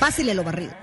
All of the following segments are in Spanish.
Pásele lo barrido.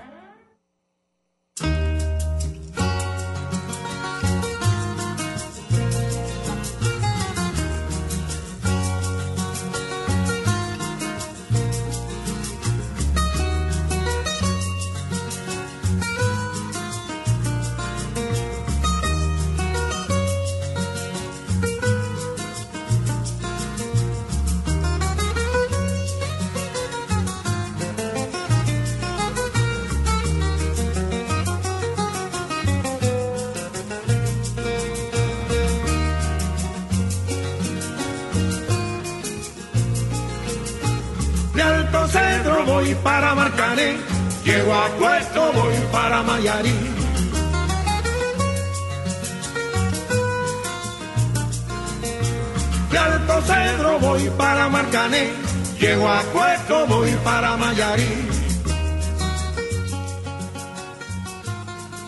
De Alto Cedro voy para Marcané, llego a Puerto, voy para Mayarí. De Alto Cedro voy para Marcané, llego a Puerto, voy para Mayarí.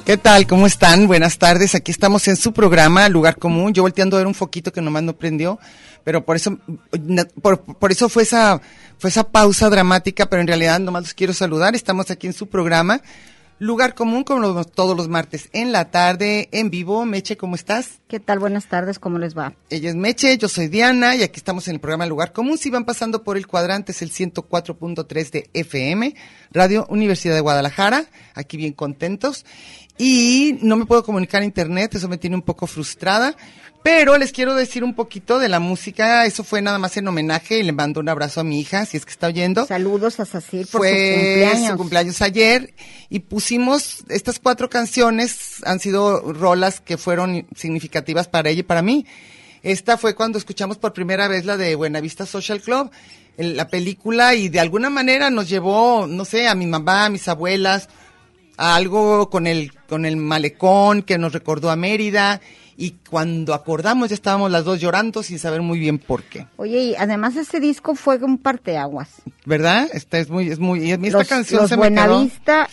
¿Qué tal? ¿Cómo están? Buenas tardes. Aquí estamos en su programa Lugar Común. Yo volteando a ver un foquito que nomás no prendió, pero por eso, na- por, por eso fue esa, fue esa pausa dramática, pero en realidad nomás los quiero saludar. Estamos aquí en su programa Lugar Común, como los- todos los martes en la tarde, en vivo. Meche, ¿cómo estás? ¿Qué tal? Buenas tardes, ¿cómo les va? Ella es Meche, yo soy Diana y aquí estamos en el programa Lugar Común. Si van pasando por el cuadrante es el 104.3 de FM, Radio Universidad de Guadalajara, aquí bien contentos. Y no me puedo comunicar a internet, eso me tiene un poco frustrada, pero les quiero decir un poquito de la música, eso fue nada más en homenaje y le mando un abrazo a mi hija, si es que está oyendo Saludos a Sacil por fue su cumpleaños. su cumpleaños ayer y pusimos estas cuatro canciones, han sido rolas que fueron significativas para ella y para mí. Esta fue cuando escuchamos por primera vez la de Buenavista Social Club, el- la película, y de alguna manera nos llevó, no sé, a mi mamá, a mis abuelas, a algo con el, con el malecón que nos recordó a Mérida. Y cuando acordamos ya estábamos las dos llorando sin saber muy bien por qué, Oye, y además este disco fue un parteaguas. ¿verdad? Esta es muy, es muy, y a mí esta los, canción los se me quedó. Buenavista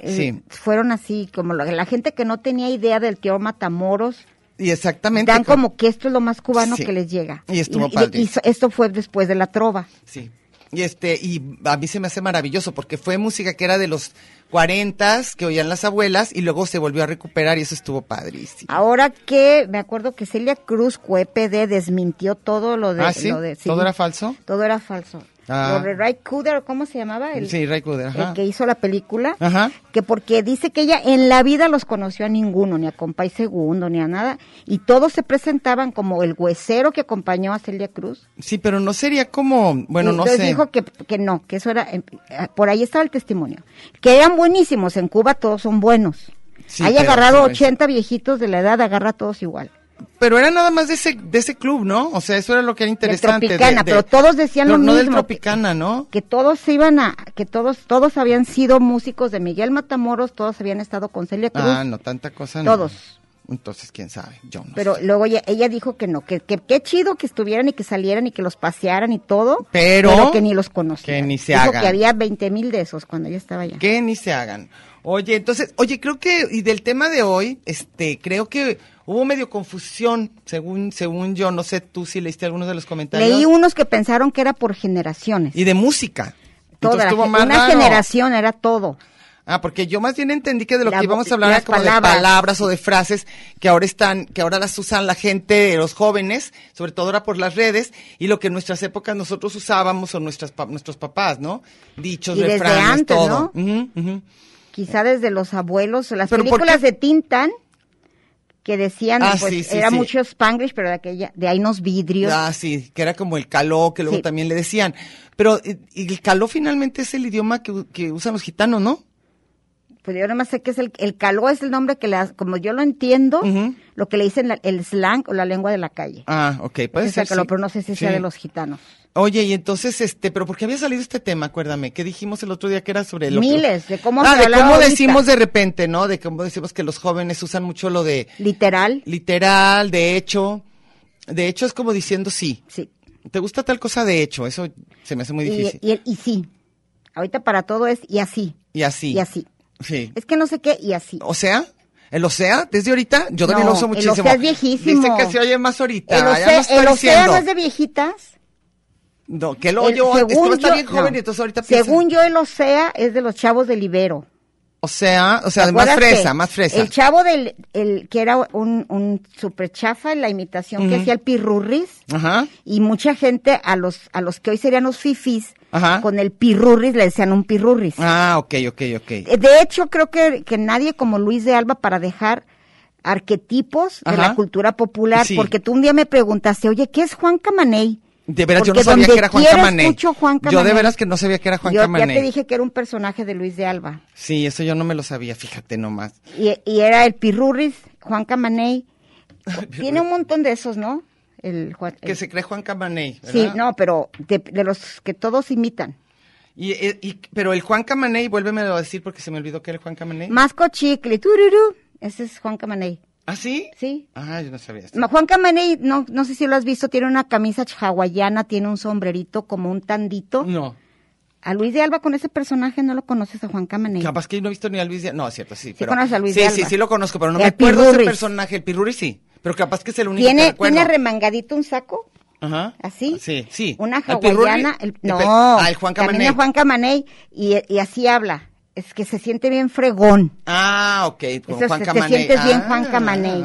eh, Sí. fueron así, como la, la gente que no tenía idea del tío Matamoros, Y exactamente. dan con- como que esto es lo más cubano Sí. que les llega. Y estuvo y- padre. y so- esto fue después de la trova. Sí. Y este, y a mí se me hace maravilloso porque fue música que era de los cuarentas que oían las abuelas y luego se volvió a recuperar y eso estuvo padrísimo. Ahora que me acuerdo que Celia Cruz, QEPD, desmintió todo lo de... Ah, ¿sí? lo de- ¿Todo era falso? Todo era falso. Ah. Lo de Ray Cooder, ¿cómo se llamaba? El, sí, Ray Cooder, el ajá. que hizo la película, Ajá. que porque dice que ella en la vida los conoció a ninguno, ni a Compay Segundo, ni a nada, y todos se presentaban como el huesero que acompañó a Celia Cruz. Sí, pero no sería como, bueno, Y no entonces sé. dijo que, que no, que eso era, em, eh, por ahí estaba el testimonio, que eran buenísimos, en Cuba todos son buenos. Sí, Hay pero- agarrado pero es- 80 viejitos de la edad, agarra a todos igual. Pero era nada más de ese, de ese club, ¿no? O sea, eso era lo que era interesante. de- Tropicana, de- pero todos decían no, lo no del mismo, que- Tropicana, ¿no? que todos se iban a, que todos, todos habían sido músicos de Miguel Matamoros, todos habían estado con Celia Cruz. Ah, no, tanta cosa no. Todos. Entonces, quién sabe, yo no Pero sé. luego ella, ella dijo que no, que que- qué chido que estuvieran y que salieran y que los pasearan y todo, Pero- que ni los conocían. que ni se dijo hagan. que había 20 mil de esos cuando ella estaba allá. Que ni se hagan. Oye, entonces, oye, creo que, y del tema de hoy, este, creo que hubo medio confusión, según, según yo, no sé tú si leíste algunos de los comentarios. Leí unos que pensaron que era por generaciones. Y de música. Toda Entonces la estuvo gen- más una raro. generación era todo. Ah, porque yo más bien entendí que de lo La que vo- íbamos a hablar las era como palabras. de palabras o de frases que ahora están, que ahora las usan la gente, los jóvenes, sobre todo ahora por las redes, y lo que en nuestras épocas nosotros usábamos o nuestras pa- nuestros papás, ¿no? Dichos, Y desde refranes, antes, todo. ¿no? Ujú, ujú. Quizá desde los abuelos, las Pero ¿por películas qué? de Tintan que decían, Ah, pues, sí, sí, era sí. mucho spanglish, pero de, aquella, de ahí unos vidrios. Ah, sí, que era como el caló, que luego Sí. también le decían. Pero eh, y el caló finalmente es el idioma que, u- que usan los gitanos, ¿no? Pues yo nomás sé que es el, el caló, es el nombre que, las, como yo lo entiendo, Ujú. lo que le dicen la- el slang o la lengua de la calle. Ah, ok, puede Es el ser. caló, sí. pero no sé si sea Sí. de los gitanos. Oye, y entonces, este, pero ¿por qué había salido este tema? Acuérdame, que dijimos el otro día que era sobre lo que- Miles, de cómo Ah, se de hablaba cómo ahorita. decimos de repente, ¿no? De cómo decimos que los jóvenes usan mucho lo de Literal, literal, de hecho. De hecho es como diciendo sí. sí. ¿Te gusta tal cosa de hecho? Eso se me hace muy Y, difícil. y, el- y sí. Ahorita para todo es y así. Y así. Y así. Sí. Es que no sé qué y así. O sea, el OSEA, desde ahorita, yo también No, lo uso el muchísimo. Osea es viejísimo. Dice que se oye más ahorita. El, Ah, ya lo océ- estoy el océano diciendo. es de viejitas. No, que lo El- oyó. Es que según está yo- bien joven no. y entonces ahorita piensa. Según yo, el ocea es de los chavos del Ibero. O sea, o ¿Te sea, más acuerdas fresa, que más fresa. El chavo del, el, que era un, un super chafa, la imitación que hacía el pirurris. Ajá. Y mucha gente a los, a los que hoy serían los fifis, Ajá. con el pirurris le decían un pirurris. Ah, ok, ok, ok. Eh, De hecho, creo que, que nadie como Luis de Alba para dejar arquetipos de Ajá. la cultura popular, Sí. porque tú un día me preguntaste, oye, ¿qué es Juan Camaney? De veras, yo Porque no sabía donde que era Juan quiera Camané. escucho Juan Yo de Camaney. veras que no sabía que era Juan Yo Camané. ya te dije que era un personaje de Luis de Alba. Sí, eso yo no me lo sabía, fíjate nomás. Y, y era el Pirurris, Juan Camaney. Tiene un montón de esos, ¿no? El, Juan- Que el- se cree Juan Camané. Eh. sí, no, pero de, de los que todos imitan. Y, eh, y- pero el Juan Camané, vuélveme a decir porque se me olvidó que era el Juan Camané. Masco Chicle, tururú. Ese es Juan Camaney. ¿Ah, sí? Sí. Ah, yo no sabía esto. Ma- Juan Camaney, no, no sé si lo has visto, tiene una camisa ch- hawaiana, tiene un sombrerito como un tandito. No. A Luis de Alba con ese personaje no lo conoces a Juan Camaney. Capaz que yo no he visto ni a Luis de No, es cierto, sí. pero... conoces a Luis sí, de Sí, Alba. sí, lo conozco, pero no Y me al acuerdo de ese Pirurris. personaje. El Pirurri sí, pero capaz que es el único que Tiene, recuerdo. tiene remangadito un saco, Ajá. así. Sí, sí. Una Al Pirurri, hawaiana. el- el no, pe- Ah, el Juan También Camané. a Juan Camaney y, y así habla. Es que se siente bien fregón. Ah, ok, con Eso, Juan te- Camané. Te sientes bien, Juan Ah. Camaney.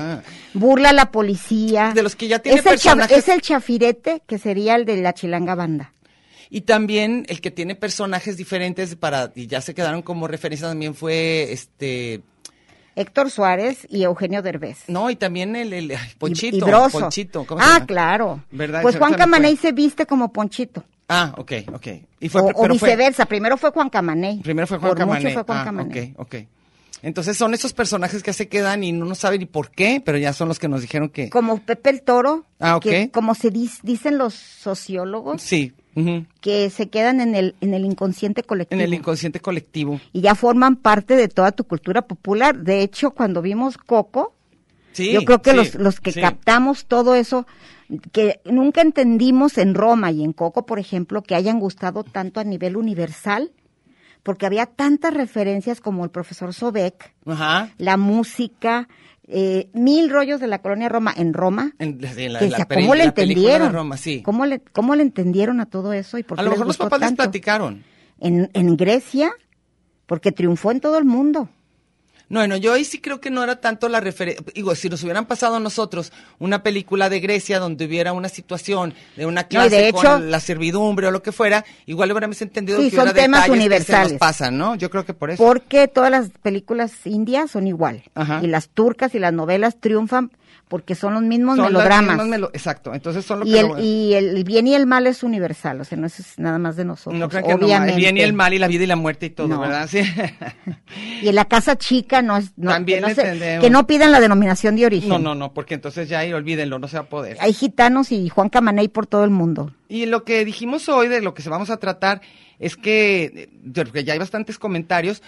Burla a la policía. De los que ya tiene es el, chaf- personajes. es el chafirete que sería el de la chilanga banda. Y también el que tiene personajes diferentes para y ya se quedaron como referencia también fue este Héctor Suárez y Eugenio Derbez. no y también el, el ay, Ponchito, Y- y Broso. Ponchito, ¿cómo se ah, llama? claro. ¿Verdad? Pues Se- Juan se me Camaney fue. se viste como Ponchito. Ah, ok, ok. Y fue o pr- o pero fue- viceversa. Primero fue Juan Camaney. primero fue Juan Por mucho Camané. fue Juan ah, Camaney. Ok, ok. Entonces son esos personajes que se quedan y no saben ni por qué, pero ya son los que nos dijeron que Como Pepe el Toro. Ah, ok. que como se dis- dicen los sociólogos, sí, ujú, que se quedan en el, en el inconsciente colectivo. en el inconsciente colectivo. y ya forman parte de toda tu cultura popular. De hecho, cuando vimos Coco, Sí. yo creo que sí, los, los que sí. captamos todo eso, que nunca entendimos en Roma y en Coco, por ejemplo, que hayan gustado tanto a nivel universal, porque había tantas referencias como el profesor Sobek, Ajá. la música, eh, mil rollos de la colonia Roma en Roma. En, en la, que la decía, peli- ¿Cómo le la película de entendieron? Roma, sí. ¿Cómo, le, ¿Cómo le entendieron a todo eso? Y por A qué lo les mejor los gustó papás les tanto? platicaron. en, en Grecia, porque triunfó en todo el mundo. No, no, yo ahí sí creo que no era tanto la referencia. Digo, si nos hubieran pasado a nosotros una película de Grecia donde hubiera una situación de una No, y de clase hecho- con la servidumbre o lo que fuera, igual hubiéramos entendido Sí, que son hubiera temas detalles que se universales. nos pasan, ¿no? Yo creo que por eso. Porque todas las películas indias son igual. Ajá. Y las turcas y las novelas triunfan porque son los mismos Son las melodramas. mismas melo- Exacto, entonces son lo y, que... el, lo- y el bien y el mal es universal, o sea, no es nada más de nosotros. no crean que no, pues, obviamente. el bien y el mal y la vida y la muerte y todo, No. ¿verdad? Sí. Y en la casa chica no es. No, También que, no se- entendemos. que no pidan la denominación de origen. no, no, no, porque entonces ya ahí olvídenlo, no se va a poder. Hay gitanos y Juan Camaney por todo el mundo. Y lo que dijimos hoy, de lo que se vamos a tratar, es que eh, yo creo que ya hay bastantes comentarios,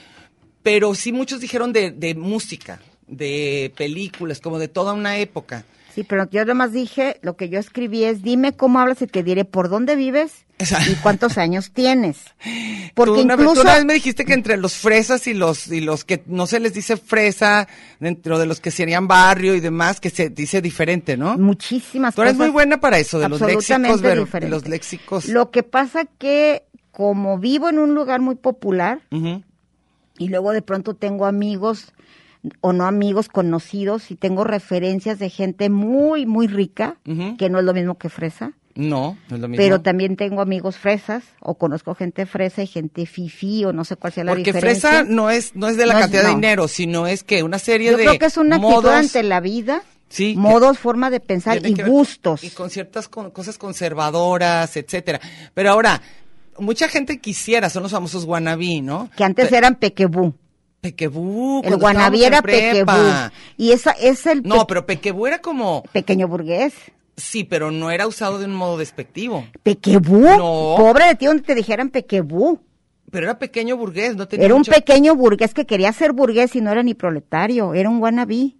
pero sí muchos dijeron de, de música, de películas, como de toda una época. Sí, pero yo nomás dije, lo que yo escribí es, dime cómo hablas y te diré por dónde vives Exacto. y cuántos años tienes. tú Porque una, vez- tú incluso... una vez me dijiste que entre los fresas y los y los que no se les dice fresa, dentro de los que serían barrio y demás, que se dice diferente, ¿no? Muchísimas Tú eres cosas muy buena para eso, de los absolutamente léxicos, ver- de diferentes. los léxicos. Lo que pasa que como vivo en un lugar muy popular Ujú. y luego de pronto tengo amigos o no amigos conocidos y tengo referencias de gente muy, muy rica, Ujú. que no es lo mismo que fresa, No, no es lo mismo. Pero también tengo amigos fresas, o conozco gente fresa y gente fifi, o no sé cuál sea la Porque diferencia. fresa no es, no es de la No es- cantidad de no. dinero, sino es que una serie Yo de creo que es una actitud modos ante la vida, Sí, que- modos, forma de pensar tiene y que ver- gustos. Y con ciertas con- cosas conservadoras, etcétera. Pero ahora, mucha gente quisiera, son los famosos guanabí, ¿no? que antes Pe- eran pequebú. Pequebú. El cuando guanabí era estábamos en pequebú. prepa. Y esa es el No, pe- pero pequebú era como, pequeño burgués. sí, pero no era usado de un modo despectivo. ¿Pequebú? No. Pobre de ti donde te dijeran pequebú. Pero era pequeño burgués, no tenía Era un mucho- pequeño burgués que quería ser burgués y no era ni proletario, era un wannabe.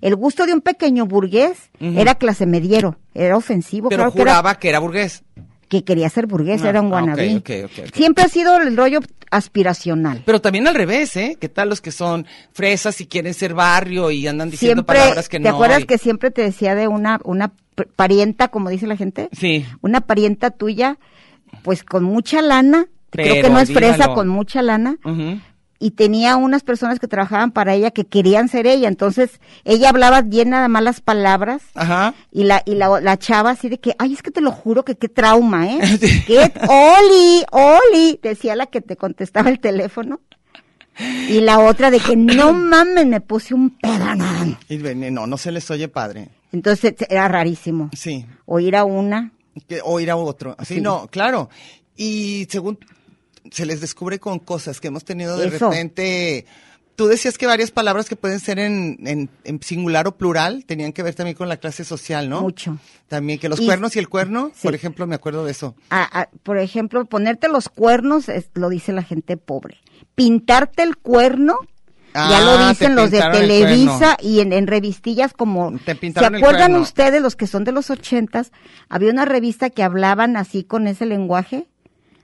El gusto de un pequeño burgués Ujú. era clase mediero, era ofensivo, Pero claro que era- juraba que era burgués. que quería ser burgués, Ah, era un ah, ok, wannabe. ok, ok, ok. Siempre ha sido el rollo aspiracional. Pero también al revés, ¿eh? ¿Qué tal los que son fresas y quieren ser barrio y andan diciendo siempre, palabras que ¿te no? acuerdas y- que siempre te decía de una, una p- parienta, como dice la gente? Sí. Una parienta tuya, pues con mucha lana, creo Pero, que no es fresa, olvídalo. con mucha lana, Ujú. y tenía unas personas que trabajaban para ella que querían ser ella, entonces ella hablaba llena de malas palabras. Ajá. Y la, y la, la chava así de que, ay, es que te lo juro que qué trauma, ¿eh? Que, Oli, Oli, decía la que te contestaba el teléfono. Y la otra de que, no mames, me puse un pedanón. Y ven- eh, no, no se les oye padre. Entonces era rarísimo. Sí. Oír a una, que- o ir a otro. Sí, Sí. no, claro. Y según se les descubre con cosas que hemos tenido de Eso. repente. Tú decías que varias palabras que pueden ser en, en- en singular o plural tenían que ver también con la clase social, ¿no? Mucho. También que los Y- cuernos y el cuerno, Sí. por ejemplo, me acuerdo de eso. a- a- por ejemplo, ponerte los cuernos, es- lo dice la gente pobre. Pintarte el cuerno, ya Ah, lo te dicen los de pintaron el Televisa y en, en revistillas como... Te ¿Se pintaron el acuerdan cuerno. ustedes, los que son de los ochentas? Había una revista que hablaban así con ese lenguaje,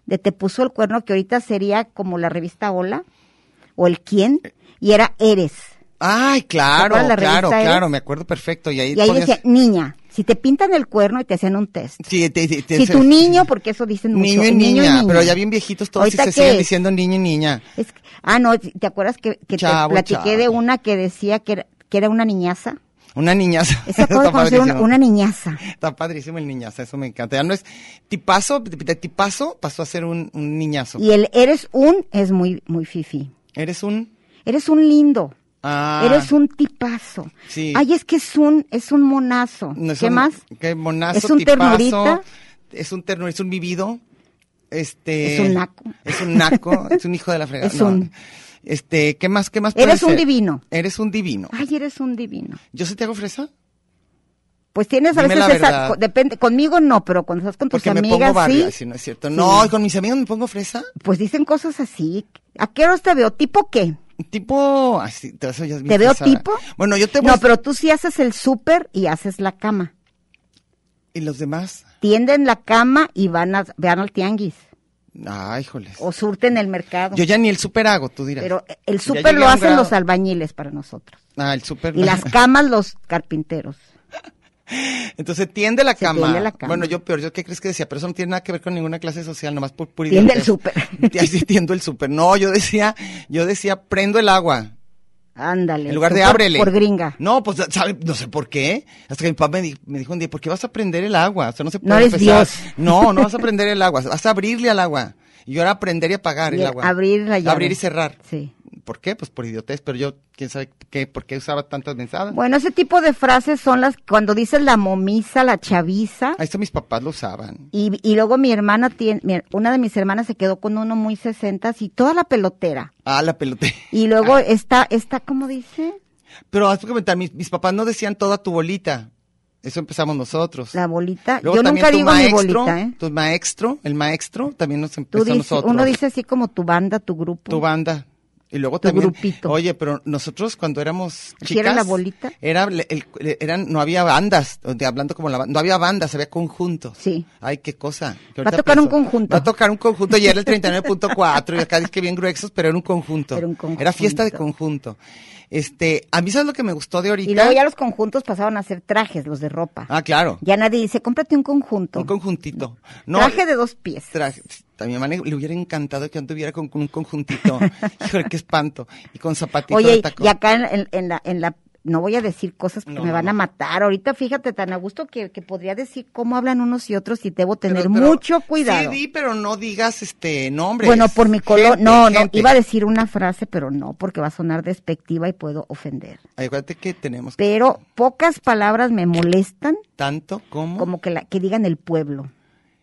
de te puso el cuerno, que ahorita sería como la revista Hola, o el quién, Eh, y era Eres. Ay, claro, acuerdas la claro, revista claro, Eres? me acuerdo perfecto. Y ahí, Y ahí ponías- decía, niña, si te pintan el cuerno y te hacían un test. Sí, te- te- te- Si tu niño, porque eso dicen mucho. niño y niña, pero ya bien viejitos todos y Ahorita se que- siguen diciendo niño y niña. Es que- ah, no, ¿te acuerdas que, que Chavo, te platiqué chavo. de una que decía que era, que era una niñaza? Una niñaza. Esa acabo de Está conocer una, padrísimo. una niñaza. Está padrísimo el niñazo, eso me encanta. Ya no es tipazo, de tipazo pasó a ser un, un niñazo. Y el eres un es muy, muy fifi. Eres un... Eres un lindo. Ah, Eres un tipazo. Sí. Ay, es que es un, es un monazo. no es ¿Qué un- más? Qué monazo, Es un tipazo, ternurita. Es un ternurita, es un vivido. Este, Es un naco. Es un naco, es un hijo de la fregada. Es no. un- Este, ¿qué más, qué más Eres puede un ser? divino. Eres un divino. Ay, eres un divino. ¿Yo se te hago fresa? Pues tienes a Dime veces la esa, verdad. co- depende, conmigo no, pero cuando estás con tus Porque me pongo amigas, barrio, sí, ay, sí, no es cierto. No, Sí. con mis amigos me pongo fresa. pues dicen cosas así. ¿A qué horas te veo? ¿Tipo qué? Tipo, así, te, eso ya es bien ¿Te veo fresada. tipo? Bueno, yo te voy. No, pero tú sí haces el súper y haces la cama. ¿Y los demás? tienden la cama y van a van al tianguis Ay, híjoles. o surten el mercado. Yo ya ni el súper hago, tú dirás. Pero el Ya súper llegué lo a un hacen grado. los albañiles para nosotros. Ah, el súper. Y las camas los carpinteros. Entonces tiende la, Se cama. tiende la cama. Bueno, yo peor, ¿yo qué crees que decía? Pero eso no tiene nada que ver con ninguna clase social, nomás por pura Tiende el idiotez. súper. Te- sí, tiendo el súper. No, yo decía, yo decía, prendo el agua. Ándale. En lugar tú de por- ábrele. Por gringa. No, pues, ¿sabe? No sé por qué. Hasta que mi papá me, di- me dijo un día, ¿por qué vas a prender el agua? O sea, no se puede No eres empezar. Dios. No, no vas a prender el agua. Vas a abrirle al agua. Y yo era aprender y apagar Y el agua. abrir la llave. Abrir y cerrar. Sí. ¿Por qué? Pues por idiotez. Pero yo, quién sabe qué, por qué usaba tantas mensadas. Bueno, ese tipo de frases son las cuando dices la momisa, la chaviza. Ahí está, mis papás lo usaban. Y, y luego mi hermana tiene, mi- una de mis hermanas se quedó con uno muy sesentas y toda la pelotera. Ah, la pelota. Y Ah. luego está, está, ¿cómo dice? Pero has de comentar, mis, mis papás no decían toda tu bolita. Eso empezamos nosotros. La bolita. Luego Yo también nunca tu digo mi maestro, bolita, ¿eh? Tu maestro, el maestro, también nos Tú empezó a dices, nosotros. uno dice así como tu banda, tu grupo. Tu banda. Y luego Tu también. grupito. Oye, pero nosotros cuando éramos chicas. ¿Sí era la bolita? Era, le- el- le- eran, no había bandas, o de- hablando como la banda, no había bandas, había conjuntos. Sí. Ay, qué cosa. que Va a ahorita tocar un conjunto. Va a tocar un conjunto, y era el 39.4, y acá dije que bien gruesos, pero era un conjunto. Era un conjunto. Era fiesta de conjunto. Este, a mí sabes lo que me gustó de ahorita. y luego ya los conjuntos pasaban a ser trajes, los de ropa. Ah, claro. Ya nadie dice, cómprate un conjunto. Un conjuntito. traje de dos pies. traje. A mi mamá le, le hubiera encantado que anduviera con, con un conjuntito. Híjole, qué espanto. Y con zapatito Oye, de tacón. y acá en, en- en la, en la no voy a decir cosas que No, me no, van a no. matar. Ahorita fíjate tan a gusto que, que podría decir cómo hablan unos y otros y debo tener Pero- pero- mucho cuidado. Sí, di, pero no digas este nombres. bueno, por mi color, Gente, no, no, gente. iba a decir una frase, pero no, porque va a sonar despectiva y puedo ofender. Ay, Acuérdate que tenemos Pero pocas palabras me molestan tanto como, como que, la, que digan el pueblo.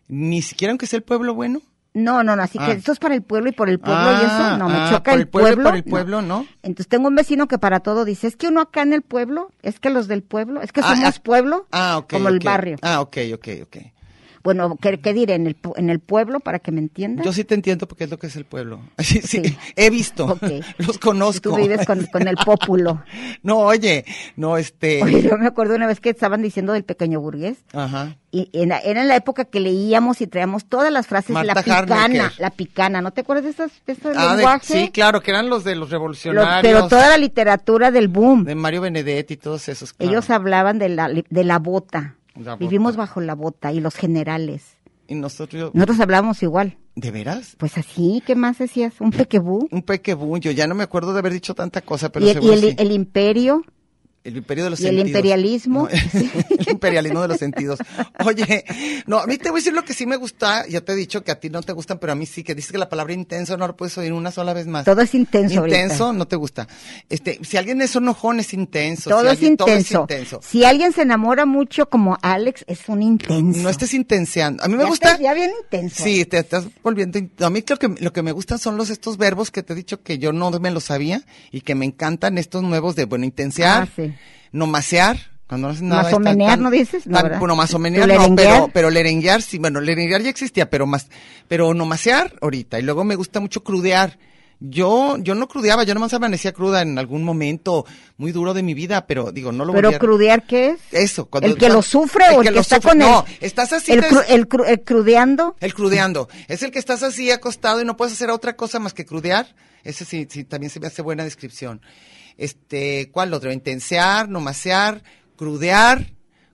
ni siquiera aunque sea el pueblo bueno. No, no, no, así Ah. que eso es para el pueblo y por el pueblo y eso, Ah, no, me ah, choca por el el pueblo y pueblo. por el pueblo, ¿no? Entonces tengo un vecino que para todo dice, es que uno acá en el pueblo, es que los del pueblo, es que Ah, somos ah, pueblo, Ah, ok. como el ok. barrio. Ah, ok, ok, ok. Bueno, ¿qué, qué diré? ¿En el, pu- en el pueblo para que me entiendan? Yo sí te entiendo porque es lo que es el pueblo. Sí, sí, Sí. he visto, Ok. los conozco. Tú vives con, con el pópulo. No, oye, no, este... Oye, yo me acuerdo una vez que estaban diciendo del pequeño burgués. Ajá. Y en la- era en la época que leíamos y traíamos todas las frases, la Marta picana, Harnacker. la picana, ¿no te acuerdas de esas, de esos Ah, de- lenguaje? sí, claro, que eran los de los Lo- revolucionarios. pero toda la literatura del boom. De Mario Benedetti y todos esos. claro. Ellos hablaban de la, li- de la bota. La bota. Vivimos bajo la bota y los generales. Y nosotros... Nosotros hablábamos igual. ¿De veras? Pues así, ¿qué más decías? Un pequebú. Un pequebú, yo ya no me acuerdo de haber dicho tanta cosa, pero Y, el, y seguro el- sí. el imperio. El imperio de los y el sentidos. imperialismo. No, el imperialismo de los sentidos. Oye, no, a mí te voy a decir lo que sí me gusta. Ya te he dicho que a ti no te gustan, pero a mí sí, que dices que la palabra intenso no la puedes oír una sola vez más. Todo es intenso ahorita. Intenso no te gusta. Este, si alguien es enojón, es intenso. Todo, Si es alguien- intenso. todo es intenso. Si alguien se enamora mucho como Alex, es un intenso. No estés intenseando. A mí me Ya gusta. estás ya bien intenso. Sí, te estás volviendo. in- A mí creo que lo que me gustan son los estos verbos que te he dicho que yo no me los sabía y que me encantan estos nuevos de bueno intensear, Ah, sí. no masear. Cuando no haces nada. está Masomenear, tan- ¿no dices? No, tan- ¿verdad? bueno, masomenear ¿Tú no, lerenguear? pero, pero lerenguear sí, bueno, lerenguear ya existía, pero más, pero no masear ahorita. Y luego me gusta mucho crudear. Yo, yo no crudeaba, yo nomás amanecía cruda en algún momento muy duro de mi vida, pero digo, no lo Pero volví a- crudear, ¿qué es? Eso, cuando- ¿El que lo sufre el o el que que, lo está sufre. con él? No, estás así El, que- cru- el cru- el crudeando. El crudeando. Es el que estás así acostado y no puedes hacer otra cosa más que crudear. Ese sí, sí, también se me hace buena descripción. Este, ¿cuál otro? Intensear, nomasear, crudear.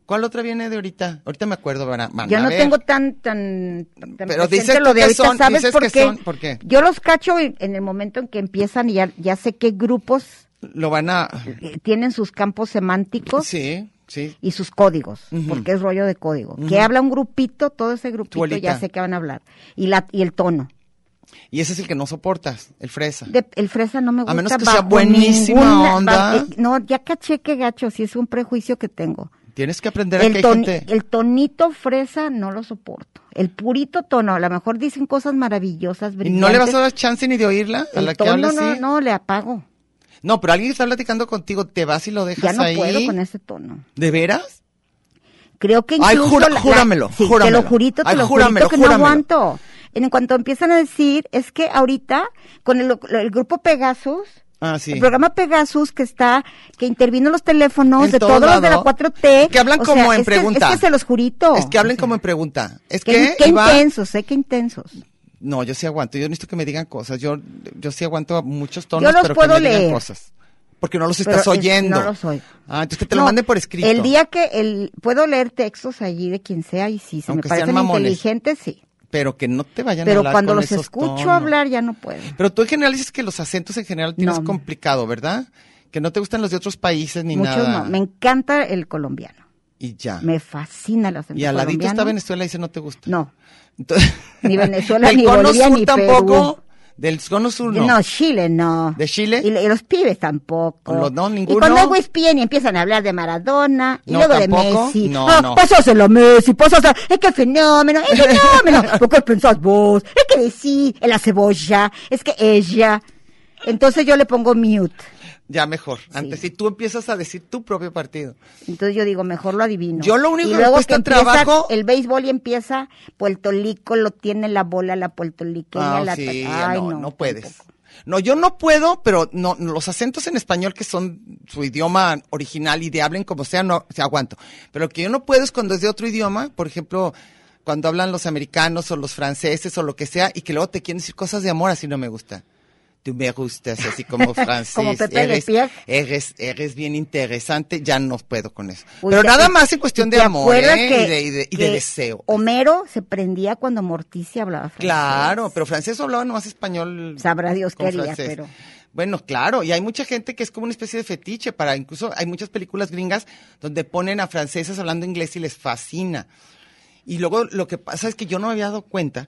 ¿Cuál otra viene de ahorita? Ahorita me acuerdo, van a- van Yo a no ver. tengo tan tan, tan Pero presente dices tú que son, ¿sabes dices por, que qué? son, ¿por qué? Yo los cacho en en el momento en que empiezan y ya, ya sé qué grupos Lo van a... eh, tienen sus campos semánticos Sí, sí. y sus códigos, Ujú. porque es rollo de código. Que habla un grupito, todo ese grupito bolita. ya sé que van a hablar y la y el tono. Y ese es el que no soportas, el fresa. De- el fresa no me gusta. Ah. menos que sea bajo buenísima ninguna- onda. ba- eh, no, ya caché que gacho, si es un prejuicio que tengo. Tienes que aprender a que El, hay ton- gente... el tonito fresa no lo soporto. El purito tono, a lo mejor dicen cosas maravillosas, ¿Y brillantes. ¿No le vas a dar chance ni de oírla a El la que tono, habla así? no, no, le apago. No, pero alguien que está platicando contigo, te vas y lo dejas Ya no ahí. puedo con ese tono. ¿De veras? Creo que Ay, incluso... jura- la- la- júramelo, sí, júramelo. te lo jurito, te Ay, lo júramelo, jurito que júramelo. no aguanto. En cuanto empiezan a decir, es que ahorita, con el, el grupo Pegasus... Ah, sí. El programa Pegasus que está, que intervino en los teléfonos En de todo todos los de la lado. 4T. Que hablan O sea, como en es que- pregunta. es que se los jurito. Es que hablen O sea, como en pregunta. Es Qué, que qué Iván- intensos, eh, qué intensos. No, yo sí aguanto. Yo necesito que me digan cosas. Yo, yo sí aguanto a muchos tonos, Yo los pero puedo que me digan leer. cosas. Porque no los Pero estás es- oyendo. no los oigo. Ah, entonces que te lo No, manden por escrito. El día que el puedo leer textos allí de quien sea y sí, se me Aunque sean parecen mamones. inteligentes, sí. Pero que no te vayan a Pero hablar cuando con los esos escucho tonos. hablar ya no puedo. Pero tú en general dices que los acentos en general tienes No. complicado, ¿verdad? Que no te gustan los de otros países ni Muchos nada. no. Me encanta el colombiano. Y ya. Me fascina el acento Y al ladito está colombiano. Venezuela y dice no te gusta. No. Entonces- Ni Venezuela, del ni cono Bolivia, sur ni tampoco. Perú. Del cono sur No. no. Chile no. ¿De Chile? Y, y los pibes tampoco. Los- no, Y ninguno. cuando hago ESPN y empiezan a hablar de Maradona, y No, luego tampoco. de Messi. No, ah, no. pasáselo, Messi, pasáselo. Es que fenómeno, es fenómeno. ¿Por qué pensás vos? Es que decís, es la cebolla, es que ella. Entonces yo le pongo mute. Ya mejor. Antes, si tú empiezas a decir tu propio partido. Entonces yo digo, mejor lo adivino. Yo lo único y que me luego cuesta que empieza trabajo- el béisbol y empieza Puerto Rico lo tiene la bola la puertoliqueña Ah, la sí, Ay, no, no puedes. tampoco. No, yo no puedo, pero no, no, los acentos en español que son su idioma original y de hablen como sea, no se aguanto. Pero lo que yo no puedo es cuando es de otro idioma, por ejemplo, cuando hablan los americanos o los franceses o lo que sea, y que luego te quieren decir cosas de amor, así no me gusta. Tú me gustas, así como francés. Como Pepe Le eres, Pew. eres, eres bien interesante, ya no puedo con eso. Uy, pero ¿te- nada más en cuestión Pues ¿te de amor acuerdas ¿eh? que- y, de, y de- y de que deseo. Homero se prendía cuando Morticia hablaba francés. Claro, pero francés hablaba nomás español. Sabrá Dios qué con haría, francés. pero- Bueno, claro, y hay mucha gente que es como una especie de fetiche para, incluso hay muchas películas gringas donde ponen a francesas hablando inglés y les fascina. Y luego lo que pasa es que yo no me había dado cuenta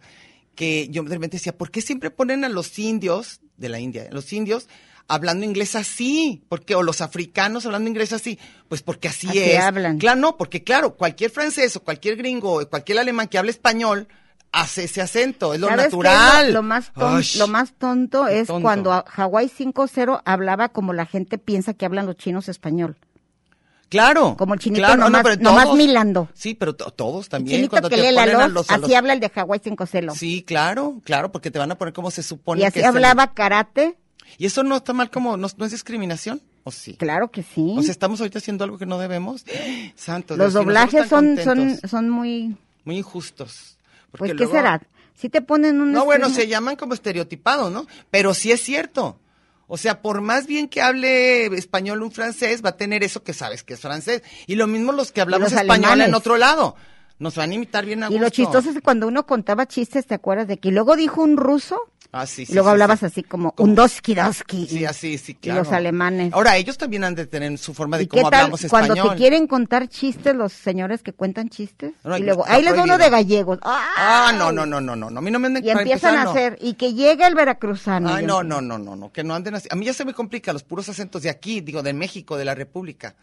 que yo de repente decía, ¿por qué siempre ponen a los indios de la India, los indios hablando inglés así? ¿Por qué? O los africanos hablando inglés así. Pues porque así, Así es. hablan. Claro, no, porque claro, cualquier francés o cualquier gringo o cualquier alemán que hable español hace ese acento, es lo ¿Sabes qué es natural. Lo, lo más ton- Ay, lo más tonto qué es tonto. cuando a- Hawái 5.0 hablaba como la gente piensa que hablan los chinos español. Claro. como el chinito claro, nomás- pero nomás todos- milando. Sí, pero to- todos El también. chinito cuando que te lee la ponen a luz, los- a así los- habla el de Hawái 5.0. Sí, claro, claro, porque te van a poner como se supone y así que es el- hablaba karate. ¿Y eso no está mal como, no, no es discriminación? ¿O sí? Claro que sí. O sea, estamos ahorita haciendo algo que no debemos. Santos. los Dios, y doblajes son, nosotros tan son, contentos, son muy... Muy injustos. Pues, porque ¿qué luego- será? Si te ponen un... este, No, bueno, se esquema- llaman como estereotipados, ¿no? Pero sí es cierto. O sea, por más bien que hable español un francés, va a tener eso que sabes que es francés. Y lo mismo los que hablamos los español en alemanes. otro lado. Nos van a imitar bien a Y gusto. lo chistoso es que cuando uno contaba chistes, ¿te acuerdas de que luego dijo un ruso? Ah, sí, sí, y luego sí, hablabas sí. así como Como- un doski doski. Sí, así, sí, Y claro. los alemanes. Ahora, ellos también han de tener su forma de ¿Y qué cómo tal hablamos español. cuando te quieren contar chistes los señores que cuentan chistes? No, y no, luego, está ahí les da uno prohibido. de gallegos. ¡Ay! Ah, no, no, no, no, no, no. A mí no me anden Y para empiezan empezar, a no. hacer, y que llega el veracruzano. Ay, y no, empiezan. no, no, no, no, que no anden así. A mí ya se me complica los puros acentos de aquí, digo, de México, de la República.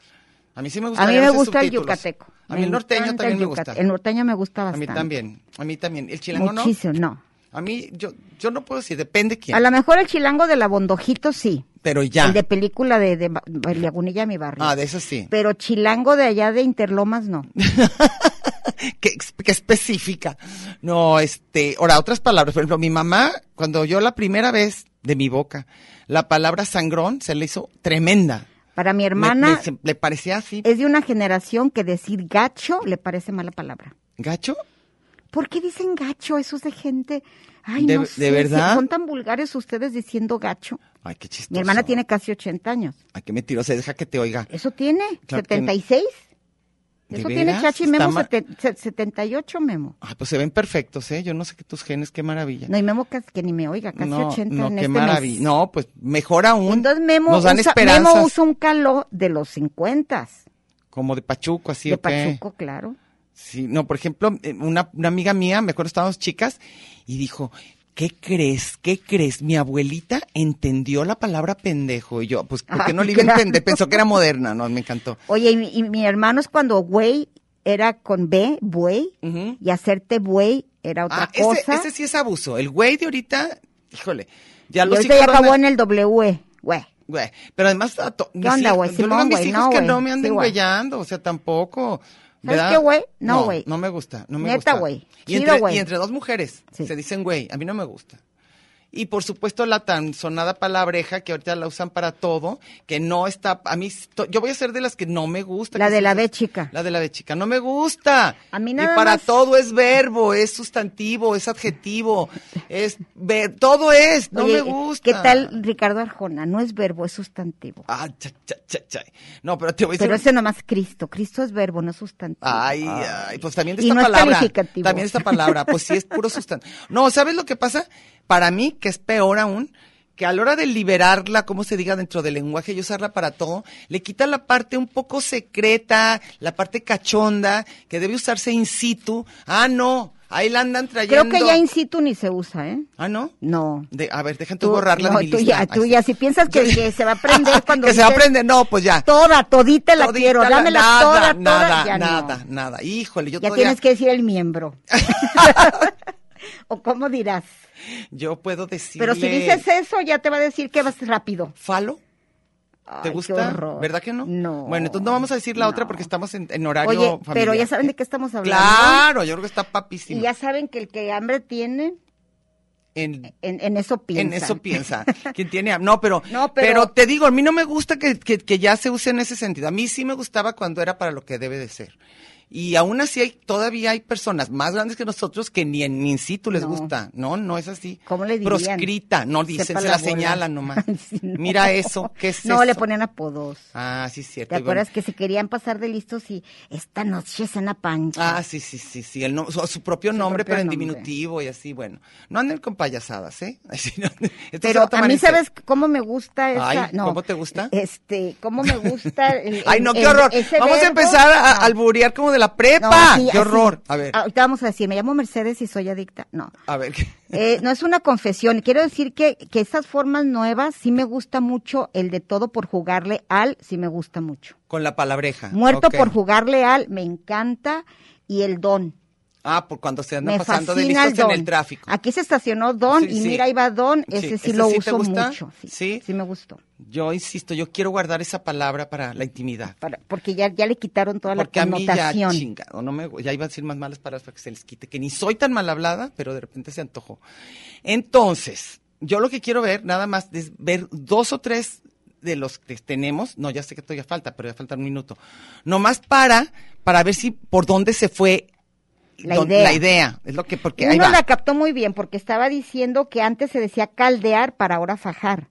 A mí sí me gusta. A mí me gusta el yucateco. A Me mí el norteño encanta también el me yucate- gusta. El norteño me gusta A mí bastante. también, a mí también. ¿El chilango Muchísimo, no. no? A mí, yo, yo no puedo decir, depende quién. A lo mejor el chilango de la Bondojito sí. Pero ya. El de película de, de, Ba- de Lagunilla, mi barrio. Ah, de eso sí. Pero chilango de allá de Interlomas no. qué, ex- qué específica. No, este, ahora, otras palabras. Por ejemplo, mi mamá, cuando oyó la primera vez de mi boca, la palabra sangrón se le hizo tremenda. Para mi Me- hermana Eh, me- se- le parecía así. es de una generación que decir gacho le parece mala palabra. ¿Gacho? ¿Por qué dicen gacho? Eso es de gente. Ay, ¿De- no de sé, si verdad? Son tan vulgares ustedes diciendo gacho. Ay, qué chistoso. Mi hermana tiene casi 80 años. Ay, qué mentirosa, deja que te oiga. ¿Eso tiene? Claro que no. ¿76? ¿De Eso tiene veras? Chachi Está Memo ma- seten- se- 78 Memo. Ay, pues se ven perfectos, ¿eh? Yo no sé qué tus genes, qué maravilla. No, y Memo casi que ni me oiga, casi no, 80 no, en qué este maravilla. mes. No, pues mejor aún. Entonces Memo, Nos dan usa, esperanzas. Memo usa un caló de los 50 Como de Pachuco, así de ¿o qué? Pachuco, claro. Sí, no, por ejemplo, eh, una, una amiga mía, me acuerdo, estábamos chicas, y dijo, ¿qué crees? ¿Qué crees? Mi abuelita entendió la palabra pendejo. Y yo, pues, ¿por qué no Ay, le iba a claro. entender? Pensó que era moderna, no, me encantó. Oye, y, mi- y mi hermano es cuando güey era con B, buey, Ujú. y hacerte buey era otra Ah, ese, cosa. ese sí es abuso. El güey de ahorita, híjole, ya y los ahorita ya hijos van a- acabó en el W, güey. Güey, pero además, a to- mis onda, hij- güey? yo Simón, le digo a mis güey, hijos no, que güey. no me anden Sí, güey. güeyando, o sea, tampoco. ¿Sabes ¿verdad? qué, güey? No, güey. No, me gusta, no me Neta, gusta. güey. Y, Chido, entre, güey. y entre dos mujeres Sí. se dicen güey, a mí no me gusta. Y por supuesto la tan sonada palabreja que ahorita la usan para todo, que no está, a mí, s- to- yo voy a ser de las que no me gusta. La que de se la usa- B chica. La de la B chica, no me gusta. A mí nada Y para más- todo es verbo, es sustantivo, es adjetivo, es, ver, todo es, no Oye, eh, me gusta. ¿Qué tal Ricardo Arjona? No es verbo, es sustantivo. Ah, cha, cha, cha, cha. No, pero te voy a decir. Pero ese nomás Cristo. Cristo es verbo, no es sustantivo. Ay, ay, pues también de Y esta no es palabra. calificativo. También de esta palabra, pues sí es puro sustantivo. No, ¿sabes lo que pasa? Para mí, que es peor aún, que a la hora de liberarla, como se diga dentro del lenguaje y usarla para todo, le quita la parte un poco secreta, la parte cachonda, que debe usarse in situ. Ah, no, ahí la andan trayendo. Creo que ya in situ ni se usa, ¿eh? Ah, no. No. De- a ver, deja tú borrarla no, de mi tú lista. Ya, Ahí tú sí. ya, si piensas que, que se va a aprender cuando que se va a dices, aprender, no, pues ya. Toda, todita la Todita quiero, la- dámela nada, toda, toda. Nada, ya no. nada, nada. Híjole, yo Ya todavía- tienes que decir el miembro. o cómo dirás. Yo puedo decirle... Pero si dices eso, ya te va a decir que vas rápido. ¿Falo? Ay, ¿Te qué gusta? horror. ¿Verdad que no? No. Bueno, entonces no vamos a decir la otra no. porque estamos en, en horario Oye, familiar. pero ya saben de qué estamos hablando. Claro, yo creo que está papísimo. Y ya saben que el que hambre tiene, en, en, en eso piensa. en eso piensa. Quien tiene... ham- No pero, No, pero- pero... te digo, a mí no me gusta que, que- que ya se use en ese sentido. A mí sí me gustaba cuando era para lo que debe de ser. Y aún así hay, todavía hay personas más grandes que nosotros que ni en ni in situ les No. gusta. No, no es así. ¿Cómo le dirían? Proscrita, no dicen, Sepa se la, bola. señalan nomás. Sí, no. Mira eso, ¿qué es No, le eso? ponían apodos. Ah, sí, cierto. ¿Te y bueno. acuerdas que se querían pasar de listos y esta noche es una pancha? Ah, sí, sí, sí, sí, el nom- su, su propio Su nombre, propio pero en nombre. diminutivo y así, bueno. No anden con payasadas, ¿eh? Así no- esto se va Pero a tomar mí, en serio. ¿sabes cómo me gusta esa? Ay, no, ¿cómo te gusta? Este, ¿cómo me gusta? el- Ay, el- no, qué el- horror. ese Vamos a verbo? empezar a No. alburear como de la No, prepa. así, Ah. qué así. horror. A ver, Ahorita vamos a decir, me llamo Mercedes y soy adicta. No. a ver. ¿qué? Eh, no es una confesión. Quiero decir que, que estas formas nuevas sí me gusta mucho. El de todo por jugarle al sí me gusta mucho. Con la palabreja. Muerto Ah, ok. por jugarle al me encanta. Y el don. Ah, por cuando se andan me pasando de fascina listos el don. Ah. en el tráfico. Aquí se estacionó don Sí, y sí. mira, ahí va don. Sí, Ese sí, ¿ese lo sí te uso gusta? mucho. Sí, Sí. sí me gustó. Yo insisto, yo quiero guardar esa palabra para la intimidad. Para- porque ya, ya le quitaron toda Porque la a mí ya connotación. chingado, no me, ya iba a decir más malas palabras para que se les quite, que ni soy tan mal hablada, pero de repente se antojó. Entonces, yo lo que quiero ver, nada más, es ver dos o tres de los que tenemos, no, ya sé que todavía falta, pero ya falta un minuto, nomás para, para ver si, por dónde se fue La don- idea. es lo que, porque ahí Uno va, la captó muy bien porque estaba diciendo que antes se decía caldear para ahora fajar.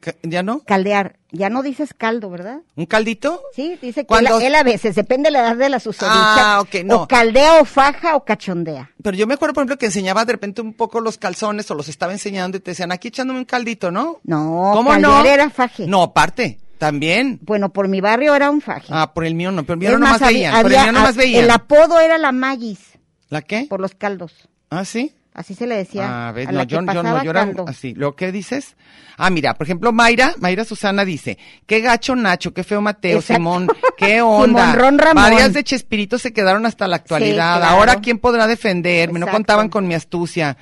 Ca- ¿ya no? Caldear. Ya no dices caldo, ¿verdad? ¿Un caldito? Sí, dice que él, Cuando- él a veces, depende de la edad de la susodicha. Ah, ok, no. O caldea o faja o cachondea. Pero yo me acuerdo, por ejemplo, que enseñaba de repente un poco los calzones o los estaba enseñando y te decían, aquí echándome un caldito, ¿no? No, caldear era faje. No, aparte, también. Bueno, por mi barrio era un faje. Ah, por el mío no, pero el mío Es no nomás había- veía. por el había- mío nomás a- veía. El apodo era la magis, ¿La qué? por los caldos. Ah, sí. Así se le decía. Ah, ves, a no, la yo, que yo pasaba no, yo era caldo. así. ¿Lo qué dices? Ah, mira, por ejemplo, Mayra, Mayra Susana dice, qué gacho Nacho, qué feo Mateo, Exacto. Simón, qué onda. Simón Ron Ramón. Varias de Chespirito se quedaron hasta la actualidad. claro. Ahora, ¿quién podrá defenderme? No Exacto. contaban con mi astucia.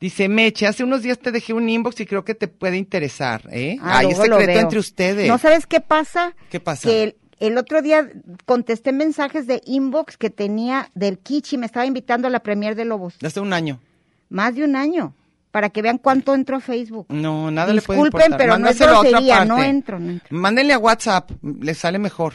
Dice, Meche, hace unos días te dejé un inbox y creo que te puede interesar, ¿eh? Ah, Hay luego lo secreto veo. entre ustedes. ¿No sabes qué pasa? ¿Qué pasa? Que el, el otro día contesté mensajes de inbox que tenía del Kichi, me estaba invitando a la premier de Lobos. Hace un año. Más de un año, para que vean cuánto entro a Facebook. No, nada le puede Disculpen, importar. pero no es Mándaselo a otra grosería, parte. no entro, no entro. Mándenle a WhatsApp, le sale mejor.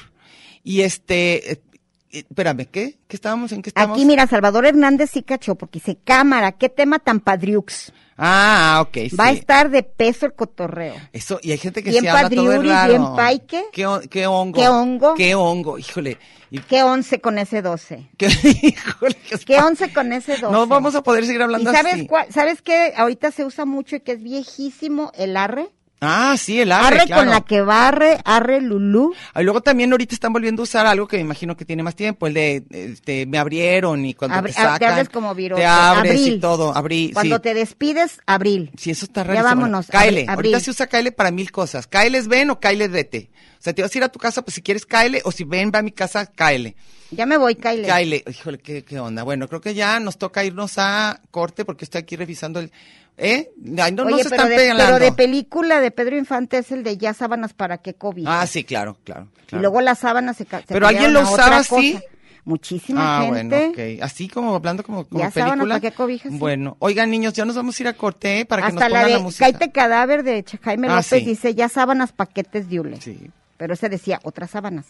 Y este, eh, eh, espérame, ¿qué? ¿Qué estábamos? ¿En qué estamos? Aquí mira, Salvador Hernández sí cachó, porque dice, cámara, qué tema tan padriux. Ah, ok, sí. Va a estar de peso el cotorreo. Eso, y hay gente que Bien se habla todo de padriuris, raro. bien paique. ¿Qué, hon- qué hongo? ¿Qué hongo? ¿Qué hongo? Híjole. Y- ¿Qué once con ese doce? qué- híjole, qué ¿Qué espanto. once con ese doce? No vamos a poder seguir ¿Y hablando sabes así. cuál- ¿Sabes qué ahorita se usa mucho y que es viejísimo? El arre. Ah, sí, el arre, Arre, claro. con la que barre, arre lulú. Ah, y luego también ahorita están volviendo a usar algo que me imagino que tiene más tiempo, el de este, me abrieron y cuando Abri- te ah, te sacan. abres como virote. Te abres y Abril. todo, abrí. Cuando sí. te despides, abril. Sí, eso está Ya rarísimo. vámonos, Bueno, Kyle, abri- ahorita abril. se usa Kyle para mil cosas. Kyle es ven o Kyle es vete. O sea, te vas a ir a tu casa, pues si quieres Kyle, o si ven, va a mi casa, Kyle. Ya me voy, Kyle. Kyle, híjole, ¿qué, qué onda? Bueno, creo que ya nos toca irnos a corte porque estoy aquí revisando el... ¿Eh? Ay, no, no Oye, se pero, están de, pegando. pero de película de Pedro Infante es el de ya sábanas para que COVID. ah, sí, claro, claro. claro. Y luego las sábanas se, ca- se Pero alguien cambiaron lo a otra usaba cosa. así. Muchísima Ah, gente. bueno, ok. Así como hablando como, como Ya sábanas, película. ¿para qué cobijas? Sí. Bueno, oigan niños, ya nos vamos a ir a corte ¿eh? para que nos Hasta pongan la la, de música. Caite Cadáver de Ch- Jaime Ah, López sí. dice ya sábanas paquetes de hule. Sí. Pero se decía otras sábanas.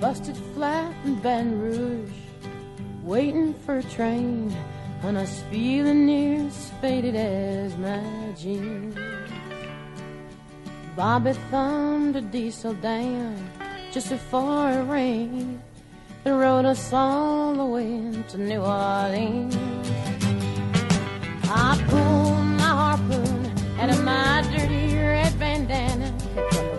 Busted flat in Baton Rouge, waiting for a train when I was feeling near as faded as my jeans. Bobby thumbed a diesel down just before it rained and rode us all the way into New Orleans. I pulled my harpoon out of my dirty red bandana.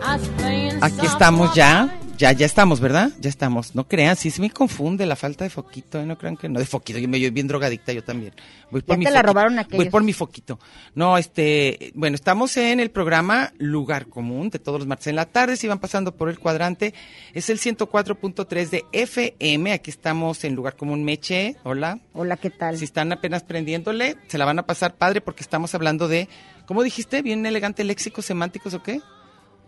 I was playing Aquí softball estamos ya. by Ya, ya estamos, ¿verdad? Ya estamos. No crean, sí se me confunde la falta de foquito, ¿eh? no crean que no. De foquito, yo me yo bien drogadicta, yo también. Voy Ya te la foquito, robaron Voy aquellos. por mi foquito. No, este, bueno, estamos en el programa Lugar Común de todos los martes en la tarde. Si van pasando por el cuadrante, es el 104.3 de FM. Aquí estamos en Lugar Común Meche. Hola. Hola, ¿qué tal? Si están apenas prendiéndole, se la van a pasar padre porque estamos hablando de, ¿cómo dijiste? Bien elegante, léxicos semánticos o qué?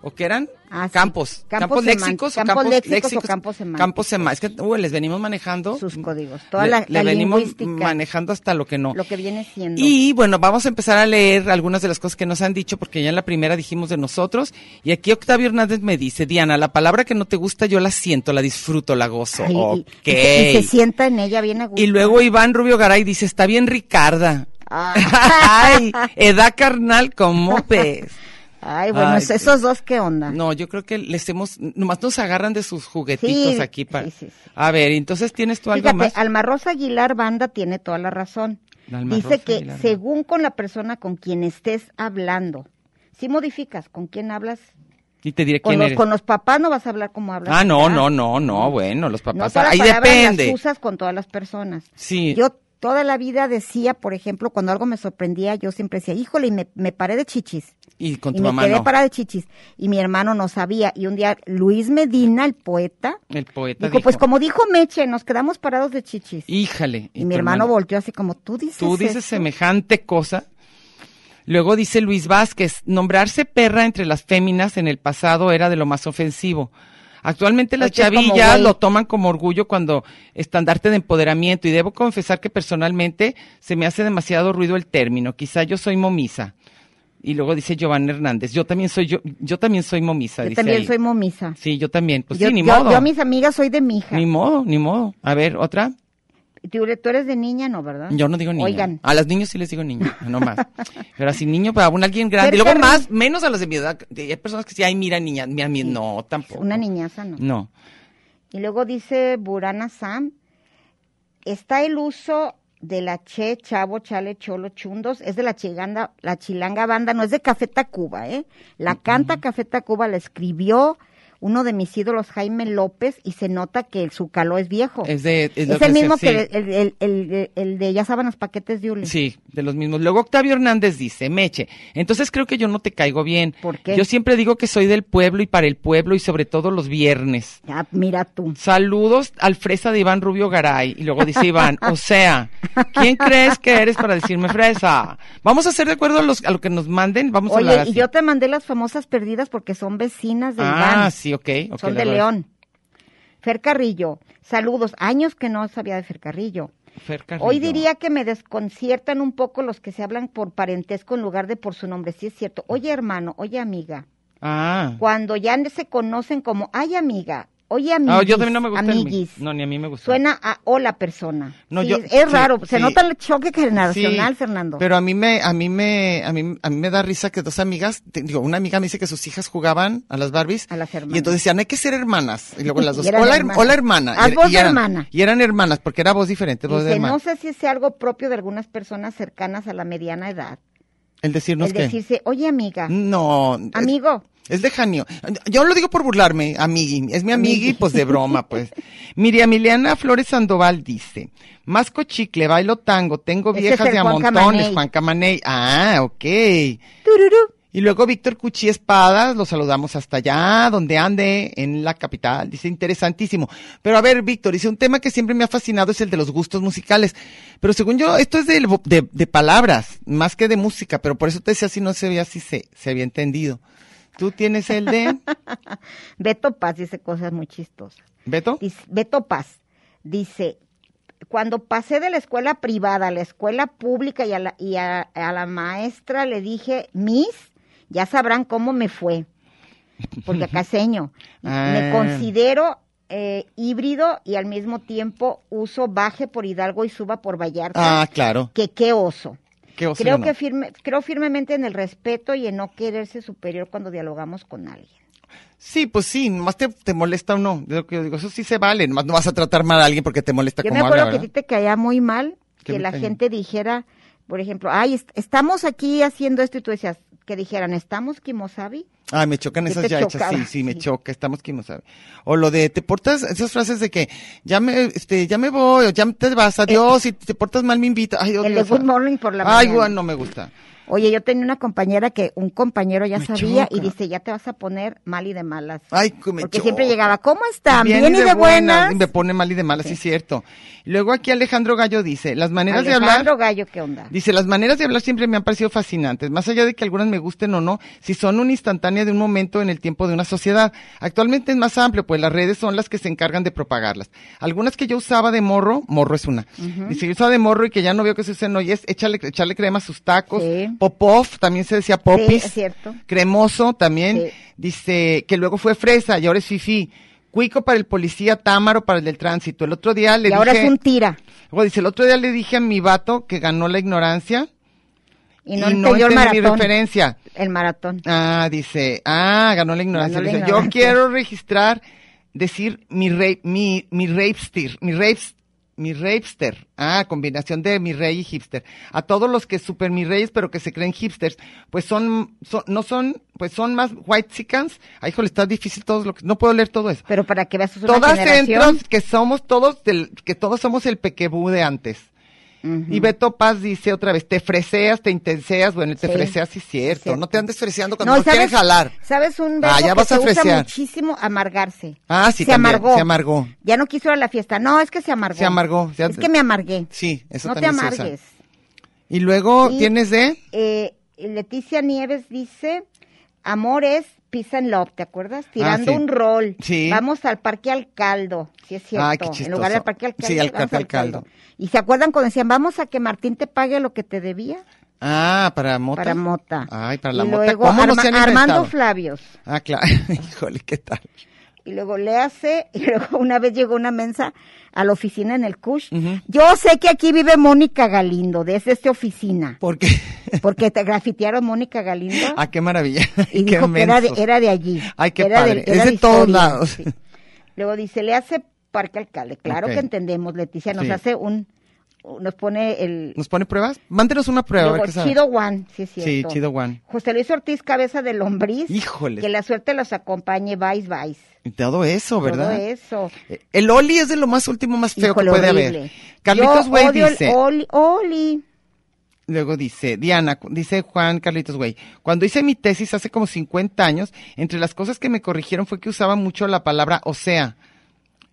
¿O qué eran? Ah, sí. Campos. Campos semán- Campos léxicos campos léxicos o campos semánticos. Campos semá- Es que, uy, les venimos manejando. Sus códigos. Toda le, la- la le venimos lingüística. manejando hasta lo que no. Lo que viene siendo. Y bueno, vamos a empezar a leer algunas de las cosas que nos han dicho, porque ya en la primera dijimos de nosotros. Y aquí Octavio Hernández me dice, Diana, la palabra que no te gusta yo la siento, la disfruto, la gozo. Ay, y- ok. y se- y se sienta en ella bien a gusto. Y luego Iván Rubio Garay dice, está bien Ricarda. Ah. Ay, edad carnal como pez. Ay, bueno, Ay, es- sí. esos dos, ¿qué onda? No, yo creo que les hemos, nomás nos agarran de sus juguetitos Sí, aquí para. sí, sí, sí. A ver, entonces tienes tú algo Fíjate, más. Alma Rosa Aguilar Banda tiene toda la razón. Alma Dice Rosa que Aguilar. según con la persona con quien estés hablando, si modificas con quién hablas, Y te diré con quién los, eres. con los papás no vas a hablar como hablas. ah, no, acá. no, no, no, bueno, los No papás. todas las ahí palabras depende. Las usas con todas las personas. Sí. Yo toda la vida decía, por ejemplo, cuando algo me sorprendía, yo siempre decía, híjole, y me, me paré de chichis. y con y tu me mamá quedé no. parada de chichis. Y mi hermano no sabía. Y un día Luis Medina, el poeta, El poeta dijo, dijo. pues como dijo Meche, nos quedamos parados de chichis. Híjale. Y, tu mi hermano, volteó así como, tú dices Tú dices eso?". semejante cosa. Luego dice Luis Vázquez, nombrarse perra entre las féminas en el pasado era de lo más ofensivo. Actualmente las Ahorita es como chavillas güey. lo toman como orgullo cuando estandarte de empoderamiento y debo confesar que personalmente se me hace demasiado ruido el término. Quizá yo soy momisa. Y luego dice Giovanni Hernández, yo también soy yo, yo también soy momisa. Yo dice también ahí. soy momisa. Sí, yo también. Pues yo, sí, ni yo- modo. yo a mis amigas soy de mi hija. Ni modo, ni modo. A ver, otra. Tú, tú eres de niña, ¿no, verdad? Yo no digo Ah, niño. ¿Ah? Oigan, A los niños sí les digo niño, no más. Pero así niño para un alguien grande. Ser Y luego terrible. más, menos a los de mi edad. Hay personas que sí, ay, mira niña, mira, mira, no, tampoco. una niñaza no. No. Y luego dice Burana Sam, está el uso de la che, chavo, chale, cholo, chundos, es de la chiganda, la chilanga banda, no es de Café Tacuba, ¿eh? La canta Café Tacuba, la escribió uno de mis ídolos, Jaime López, y se nota que el- su caló es viejo. Es de. Es, lo Es el mismo sí. que el, el- el- el- el de ya saben los paquetes de Ule. Sí, de los mismos. Luego Octavio Hernández dice, Meche, entonces creo que yo no te caigo bien. ¿Por qué? Yo siempre digo que soy del pueblo y para el pueblo y sobre todo los viernes. Ah, mira tú. Saludos al fresa de Iván Rubio Garay. Y luego dice Iván, o sea, ¿quién crees que eres para decirme fresa? Vamos a hacer de acuerdo a, los, a lo que nos manden, vamos a hablar Oye, así. y yo te mandé las famosas perdidas porque son vecinas del Ah, sí, ok. ok, Son la de verdad. León. Fer Carrillo, saludos. Años que no sabía de Fer Carrillo. Fer Carrillo. Hoy diría que me desconciertan un poco los que se hablan por parentesco en lugar de por su nombre. Sí es cierto. Oye hermano, oye amiga. Ah, Cuando ya se conocen como, ay amiga, Oye, amiguis. Ah, yo también no me gusta el mi- amiguis. No, ni a mí me gusta. Suena a hola persona. No, Sí, yo- es sí, raro, se sí. nota el choque generacional, Sí, Fernando. Pero a mí me, a mí me, a mí, a mí me da risa que dos amigas, te- digo, una amiga me dice que sus hijas jugaban a las Barbies. A las hermanas. Y entonces decían, hay que ser hermanas. Y luego las dos, Y eran hola, her- hermanas. hola, hermana. Haz Y- voz y de eran- hermana. Y eran hermanas, porque era voz diferente, voz de Dice, hermana. no sé si sea algo propio de algunas personas cercanas a la mediana edad. El decirnos el que. decirse, oye amiga, No. es- amigo, Es de janio. Yo lo digo por burlarme, amigui. Es mi amigui, Amigui. pues de broma, pues. Mire, Emiliana Flores Sandoval dice, masco chicle, bailo tango, tengo Ese es viejas el de a Juan montones, Camaney. Juan Camaney. Ah, ok. tururú. Y luego Víctor Cuchí Espadas, lo saludamos hasta allá, donde ande, en la capital. Dice, interesantísimo. Pero a ver, Víctor, dice, un tema que siempre me ha fascinado es el de los gustos musicales. Pero según yo, esto es de, de- de palabras, más que de música, pero por eso te decía si no se veía si se, se había entendido. Tú tienes el de, Beto Paz dice cosas muy chistosas. Beto, Dice- Beto Paz dice, cuando pasé de la escuela privada a la escuela pública y a la, y a- a la maestra le dije, Miss, ya sabrán cómo me fue, porque acá seño. Ah. Me considero eh, híbrido y al mismo tiempo uso baje por Hidalgo y suba por Vallarta, Ah, claro. que qué oso. Qué oso, creo yo no. que firme, creo firmemente en el respeto y en no quererse superior cuando dialogamos con alguien. Sí, pues sí, nomás te, te molesta o no. Yo, yo digo, eso sí se vale, nomás no vas a tratar mal a alguien porque te molesta Yo me como acuerdo habla, que a ti ¿verdad? te caía muy mal Que que me la caía. gente dijera, por ejemplo, ay, est- estamos aquí haciendo esto y tú decías, que dijeran, ¿estamos Kimosabi? Ah, me chocan que esas te ya hechas, chocaba, sí, sí, me sí. choca, estamos que no sabe. O lo de, te portas, esas frases de que, ya me, este, ya me voy, o ya te vas, adiós, y te portas mal me invita. Ay, odio Eh, el de esa. Good Morning por la Ay, mañana. bueno, no me gusta. Oye, yo tenía una compañera que un compañero ya Me sabía y choca. dice, ya te vas a poner mal y de malas. Ay, que me Porque siempre choca. llegaba, ¿cómo están? Bien, y de, buenas. Y me pone mal y de malas, sí, es cierto. Luego aquí Alejandro Gallo dice, las maneras de hablar. Alejandro Gallo, ¿qué onda? Dice, las maneras de hablar siempre me han parecido fascinantes, más allá de que algunas me gusten o no, si son una instantánea de un momento en el tiempo de una sociedad. Actualmente es más amplio, pues las redes son las que se encargan de propagarlas. Algunas que yo usaba de morro, morro es una. Dice, yo usaba de morro y que ya no veo que se usen hoy es échale, echarle crema a sus tacos. Sí. Popov, también se decía popis. es cierto. Cremoso también. Sí. Dice, que luego fue fresa y ahora es fifi. Cuico para el policía, támaro para el del tránsito. El otro día le y ahora dije- es un tira. Luego dice, el otro día le dije a mi vato que ganó la ignorancia Y no, entendió el entendí mi maratón. referencia. El maratón. Ah, dice, ah, ganó la ignorancia. Ganó la Dice, Yo ignorancia. quiero registrar, decir mi rape, mi, mi rapester, mi rapes, mi rapester. Ah, combinación de mi rey y hipster. A todos los que super mi reyes, pero que se creen hipsters, pues son, son- no son, pues son más white chickens. Ay, híjole, está difícil todo lo que, no puedo leer todo eso. Pero para que veas, es una Todas generación. entras que somos todos del, que todos somos el pequebú de antes. Y Beto Paz dice otra vez, te freseas, te intenseas, bueno, el te Sí. freseas sí es cierto, Cierto. no te andes freseando cuando no, ¿sabes- quieres jalar. ¿Sabes un verbo Ah, ya que vas se a usa fresear. muchísimo? Amargarse. Ah, sí, Se también, amargó. se amargó. Ya no quiso ir a la fiesta. No, es que se amargó. Se amargó, se- es que me amargué. Sí, eso no también te se usa. amargues. Y luego Y- tienes de Eh, Leticia Nieves dice, amor es peace and love, ¿te acuerdas? Tirando Ah, sí. un rol. Sí. Vamos al parque al caldo. Sí, es cierto. Ah, qué en chistoso. lugar del parque al caldo. Sí, al vamos parque al caldo. Y se acuerdan cuando decían, vamos a que Martín te pague lo que te debía Ah, para mota. para mota. Ay, para la y mota. Luego, ¿Cómo no Arma- se han Armando inventado? Flavios. Ah, claro. Híjole, ¿qué tal? y luego le hace, y luego una vez llegó una mensa a la oficina en el CUSH. Ujú. Yo sé que aquí vive Mónica Galindo, desde esta oficina, Porque porque te grafitearon Mónica Galindo ah, qué maravilla. y qué dijo que era de, mensos. era de allí. Ay, qué que era padre. que Es era de todos historia, lados. Luego dice, le hace Parque Alcalde. Claro Ok. que entendemos, Leticia, nos Sí. hace un, nos pone el... ¿Nos pone pruebas? Mándenos una prueba, a ver Luego, qué sabe. Chido Juan, sí es Sí, cierto. Chido Juan. José Luis Ortiz, cabeza de lombriz. Híjole. Que la suerte los acompañe, vais, vais. Y Todo eso, ¿verdad? Todo eso. Eh, El Oli es de lo más último, más feo Híjole, que puede horrible. haber. Carlitos Yo Güey odio el dice. Oli, Oli. Luego dice, Diana, cu- dice Juan Carlitos Güey, cuando hice mi tesis hace como 50 años, entre las cosas que me corrigieron fue que usaba mucho la palabra o sea.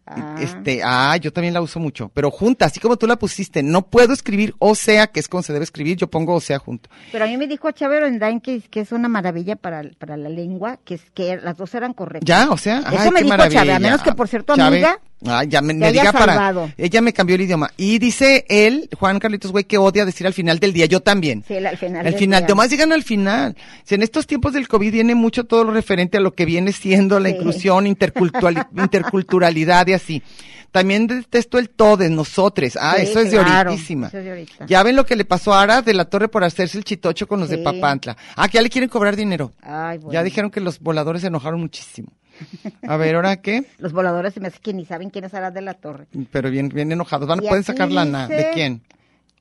Ah, Este, ah, yo también la uso mucho, pero junta, así como tú la pusiste, no puedo escribir o sea, que es como se debe escribir, yo pongo o sea junto. Pero a mí me dijo Chávez Orendain que, que es una maravilla para, para la lengua, que, es, que las dos eran correctas. Ya, o sea, Eso ay, me qué dijo maravilla. Chávez, a menos que por ser tu Chávez, amiga, Ah, ya me, Te me haya diga salvado. para. Ella me cambió el idioma. Y dice él, Juan Carlitos Güey, que odia decir al final del día. Yo también. Sí, al final. Al del final, día. nomás llegan al final. Si en estos tiempos del COVID viene mucho todo lo referente a lo que viene siendo la Sí. inclusión, intercultural, interculturalidad y así. También detesto el todes, nosotres. Ah, Sí, eso es claro, de ahoritísima. eso es de ahorita. Ya ven lo que le pasó a Ara de la Torre por hacerse el chitocho con los de Sí. Papantla. Ah, que ya le quieren cobrar dinero. Ay, bueno. Ya dijeron que los voladores se enojaron muchísimo. A ver, ¿ahora qué? Los voladores se me hace que ni saben quién es Arad de la Torre. Pero bien, bien enojados. Van, Y pueden aquí sacar lana. dice- ¿De quién?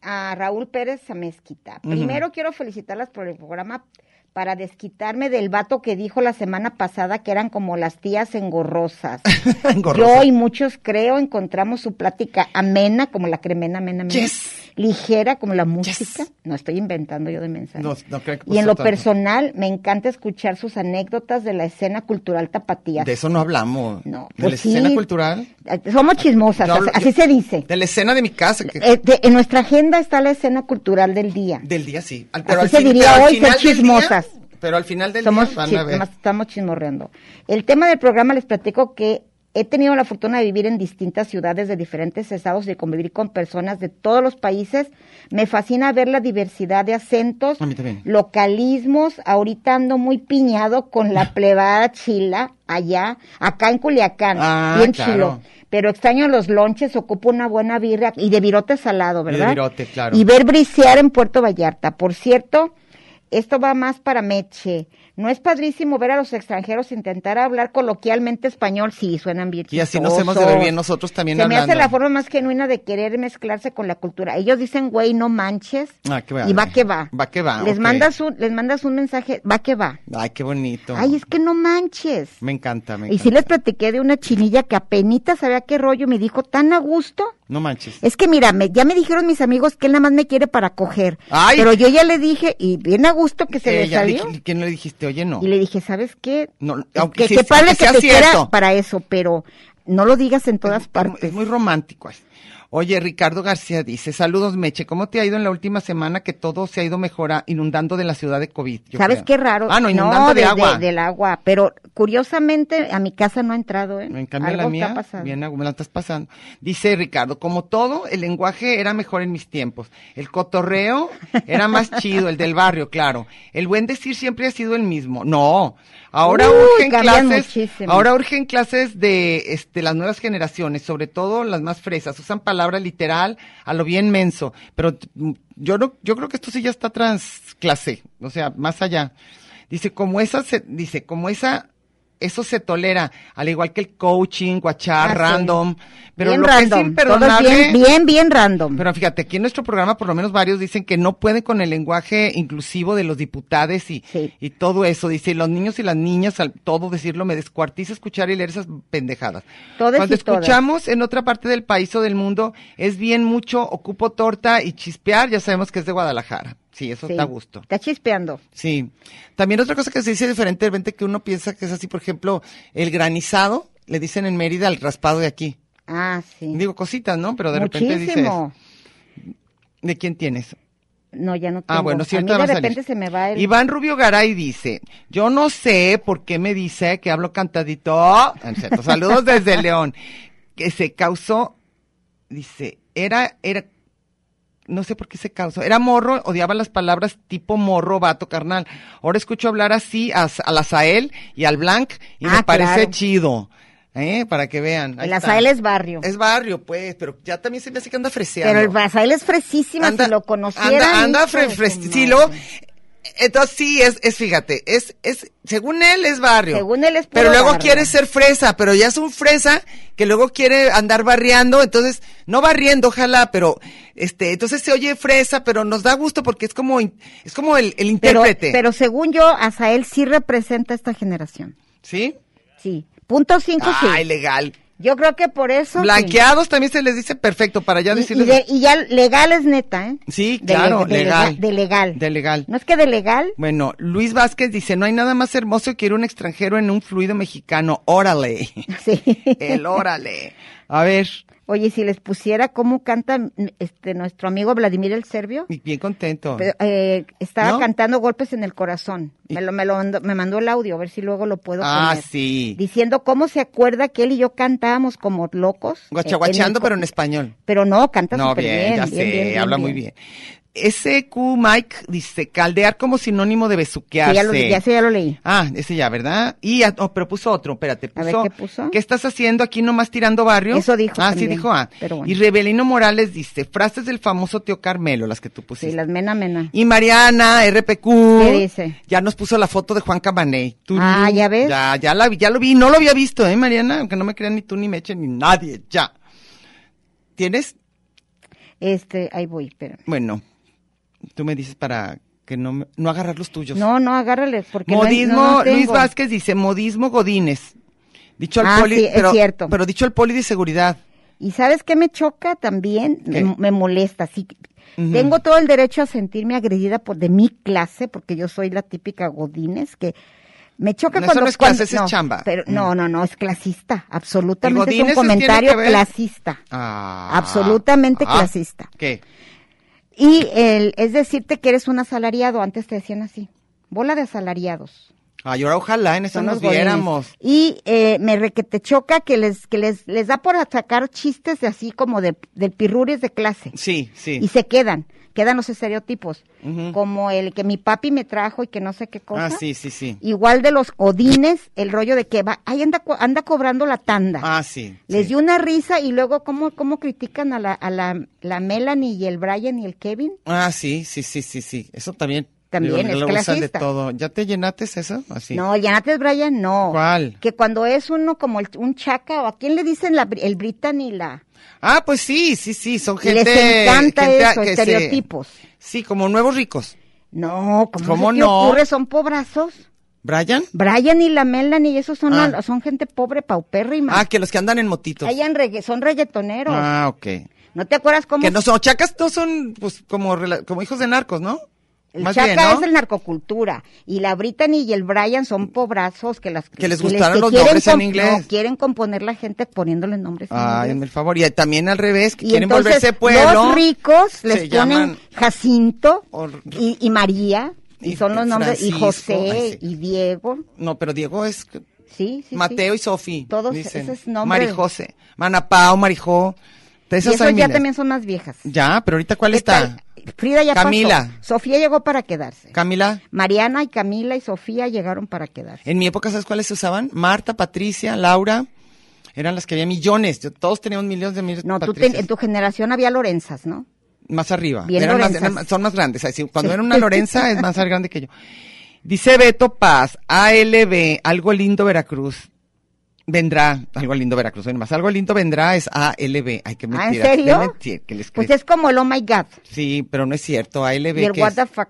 A Raúl Pérez Amezquita. Ujú. Primero quiero felicitarlas por el programa para desquitarme del vato que dijo la semana pasada que eran como las tías engorrosas. Engorrosa. Yo y muchos creo encontramos su plática amena como la cremena amena, amena Yes. ligera como la música. No estoy inventando yo de mensaje. No, no creo que y en lo pasó tanto. personal me encanta escuchar sus anécdotas de la escena cultural tapatía. De eso no hablamos. No, de pues la sí. escena cultural. Eh, Somos chismosas, Yo hablo- así yo- se dice. De la escena de mi casa. que- Eh, de- en nuestra agenda está la escena cultural del día. del día sí. Al- Así se diría pero al hoy, final ser del chismosas. día- pero al final del Somos día van chi- a ver. nomás estamos chismorreando. El tema del programa les platico que he tenido la fortuna de vivir en distintas ciudades de diferentes estados y convivir con personas de todos los países. Me fascina ver la diversidad de acentos, A mí también. localismos. Ahorita ando muy piñado con la plebada chila allá, acá en Culiacán, Ah, bien claro. chilo. Pero extraño los lonches, ocupo una buena birra y de virote salado, de ¿verdad? virote, claro. Y ver brisear en Puerto Vallarta. Por cierto, esto va más para Meche. ¿No es padrísimo ver a los extranjeros intentar hablar coloquialmente español? Sí, suenan bien Y así nos hemos de chistosos. ver bien nosotros también Se me hablando. hace la forma más genuina de querer mezclarse con la cultura. Ellos dicen, güey, no manches. Ah, qué y padre. va que va. Va que va, Les, ok. mandas un, les mandas un mensaje, va que va. Ay, qué bonito. Ay, es que no manches. Me encanta, me y sí encanta. les platiqué de una chinilla que apenas sabía qué rollo, me dijo tan a gusto. No manches. Es que mira, me- ya me dijeron mis amigos que él nada más me quiere para coger. Ay. Pero yo ya le dije, y bien a gusto que se le Ella, salió. di- ¿Quién Eh, le dijiste? Oye, no. Y le dije, ¿sabes qué? No, Es aunque que, sí- qué padre aunque que sea te cierto. quiera para eso, pero no lo digas en todas partes. Es muy romántico. ay. Oye, Ricardo García dice, saludos Meche, ¿cómo te ha ido en la última semana que todo se ha ido mejora, inundando de la ciudad de COVID? Yo ¿Sabes creo. qué raro? Ah, no, inundando de, agua. del agua. Pero curiosamente a mi casa no ha entrado, ¿eh? En cambio Algo la está mía, pasando. bien, me la estás pasando. Dice Ricardo, como todo, el lenguaje era mejor en mis tiempos. El cotorreo era más chido, el del barrio, claro. El buen decir siempre ha sido el mismo. No, ahora Uy, urgen cambian clases, muchísimo. ahora urgen clases de este, las nuevas generaciones, sobre todo las más fresas. Usan palabra literal a lo bien menso, pero t- m- yo no, yo creo que esto sí ya está transclase, o sea, más allá. Dice, como esa se, dice, como esa, eso se tolera, al igual que el coaching, guachar, Ah, sí. random, pero bien lo que random. es Todos imperdonable. bien, bien, bien random. Pero fíjate, aquí en nuestro programa por lo menos varios dicen que no pueden con el lenguaje inclusivo de los diputados y, Sí. y todo eso. Dice, los niños y las niñas, al todo decirlo, me descuartiza escuchar y leer esas pendejadas. Todes Cuando y todas. escuchamos en otra parte del país o del mundo, es bien mucho ocupo torta y chispear, ya sabemos que es de Guadalajara. Sí, eso Sí. está a gusto. Está chispeando. Sí. También otra cosa que se dice diferente de repente que uno piensa que es así, por ejemplo, el granizado, le dicen en Mérida al raspado de aquí. Ah, sí. Digo cositas, ¿no? Pero de repente dices, Muchísimo. ¿de quién tienes? No, ya no tengo. Ah, bueno, sí, a mí ahorita de van a salir. repente se me va el... Iván Rubio Garay dice, yo no sé por qué me dice que hablo cantadito. Ah, no es cierto. Saludos desde León. Que se causó, dice, era, era, no sé por qué se causó. Era morro, odiaba las palabras tipo morro, vato, carnal. Ahora escucho hablar así a, a la Sael y al Blanc y Ah, me parece claro. chido. ¿Eh? Para que vean. Ahí El está. Azael es barrio. Es barrio, pues, pero ya también se me hace que anda freseando. Pero el Azael es fresísima, si lo conocieran. Anda, anda hijo de fre- su fres- madre. sí, luego, entonces sí, es, es, fíjate, es, es, según él es barrio. Según él es puro Pero luego barrio. quiere ser fresa, pero ya es un fresa que luego quiere andar barriando, entonces, no barriendo, ojalá, pero, este, entonces se oye fresa, pero nos da gusto porque es como, in- es como el, el Pero, intérprete. pero según yo, Azael sí representa a esta generación. ¿Sí? Sí. Punto cinco, Ay, sí. legal. Yo creo que por eso. sí. Blanqueados también se les dice perfecto para Y- ya Y, decirles. de- y ya legal es neta, ¿eh? Sí, De claro, le- de legal. lega- De legal. De legal. No es que de legal. Bueno, Luis Vázquez dice, no hay nada más hermoso que ir un extranjero en un fluido mexicano. Órale. Sí. El órale. A ver. Oye, si les pusiera cómo canta mm, este nuestro amigo Vladimir el Serbio, Y bien contento. Pero, eh, estaba ¿No? cantando golpes en el corazón. Y- Me lo, me lo mandó, me mandó el audio, a ver si luego lo puedo Ah, poner. sí. Diciendo cómo se acuerda que él y yo cantábamos como locos. eh, Guachaguacheando, el co- pero en español. Pero no, canta No, súper bien, bien. ya bien, sé, bien, bien, habla muy bien. Ese Q Mike dice, caldear como sinónimo de besuquearse. Sí, ya, lo, ya, sé, ya lo leí. Ah, ese ya, ¿verdad? Y, ah, oh, pero puso otro, espérate, A puso, ver, ¿qué puso? estás haciendo aquí nomás tirando barrio? Eso dijo Ah, también, sí dijo, ah. pero bueno. Y Rebelino Morales dice, frases del famoso tío Carmelo, las que tú Sí, pusiste. las mena, mena. Y Mariana, RPQ. ¿Qué dice? Ya nos puso la foto de Juan Cabaney. Tú, Ah, tú. ¿ya ves? Ya, ya la vi, ya lo vi. No lo había visto, ¿eh, Mariana? Aunque no me crean ni tú, ni Meche, ni nadie, ya. ¿Tienes? Este, ahí voy, espérame. Bueno, tú me dices para que no, me- no agarrar los tuyos. No, no, agárrale, porque no- modismo, no, no Luis tengo. Vázquez dice, modismo Godínez. Dicho al Ah, poli, sí, es pero, cierto. pero dicho al poli de seguridad. ¿Y sabes qué me choca también? Me, ¿Qué? me molesta. Sí, Ujú. Tengo todo el derecho a sentirme agredida por de mi clase, porque yo soy la típica Godínez que me choca No, eso cuando no es clase, cuando- esa es no, chamba. Pero no, no, no, es clasista, El absolutamente es Godínez un es- tiene comentario que ver- clasista. Ah, Absolutamente clasista. ¿Qué? Y el es decirte que eres un asalariado, antes te decían así. Bola de asalariados. Ay, ahora ojalá en eso Son nos los godines. viéramos. Y eh, me requete choca que les que les les da por atacar chistes de así como de del pirruris de clase. Sí, sí. Y se quedan, quedan los estereotipos, Ujú. como el que mi papi me trajo y que no sé qué cosa. Ah, sí, sí, sí. Igual de los odines, el rollo de que va, ahí anda co- anda cobrando la tanda. Ah, sí. Les sí. dio una risa y luego cómo cómo critican a la a la, la Melanie y el Brian y el Kevin. Ah, sí, sí, sí, sí, sí. Eso también. También digo, es lo usan de clasista. todo. ¿Ya te llenaste eso? Ah, Así. No, el Yanates Brian no. ¿Cuál? Que cuando es uno como el- un chaca o a quién le dicen la, bri- el Britan y la Ah, pues sí, sí, sí. Son gente. les encanta gente a- eso, que se- estereotipos. Sí, como nuevos ricos. No, como ¿Cómo no? ocurre, son pobrazos. ¿Brian? Brian y la Melanie, y esos son, Ah. al- son gente pobre, paupérrima. Ah, que los que andan en motitos. Hayan regga- son reggaetoneros. Ah, ok. ¿No te acuerdas cómo? Que no son, chacas no son pues como, rela- como hijos de narcos, ¿no? el Más Chaca bien, ¿no? es el narcocultura. Y la Brittany y el Brian son pobrazos que las Que les les- gustaron los quieren nombres en com- inglés. No, quieren componer la gente poniéndole nombres en Ay, hazme inglés. el favor. Y también al revés, que Y quieren entonces, volverse pueblo. los ricos les se ponen llaman- Jacinto O- y, y María, y, y son los nombres, y Francisco, José, ay, sí. y Diego, No, pero Diego es que- sí, sí, sí. Mateo y Sofi. Todos dicen. esos nombres. Marijose, Manapao, Marijó. De Y esos esos hay ya miles. también son más viejas. Ya, pero ahorita ¿cuál ¿Qué está? tal? Frida ya Camila. pasó. Sofía llegó para quedarse. Camila. Mariana y Camila y Sofía llegaron para quedarse. En mi época, ¿sabes cuáles se usaban? Marta, Patricia, Laura. Eran las que había millones. Yo- todos teníamos millones de millones. No, tú te- Patricias. en tu generación había Lorenzas, ¿no? Más arriba. Bien Eran más- Lorenzas. eran- son más grandes. así, cuando Sí. era una Lorenza es más grande que yo. Dice Beto Paz, ALB, algo lindo Veracruz. Vendrá, algo lindo Veracruz, oye nomás, algo lindo vendrá es ALB. Ay, qué Ah, ¿en mentira. qué serio? mentira, que les Pues creen. es como el Oh My God Sí, pero no es cierto, ALB. y el ¿qué What es? the fuck.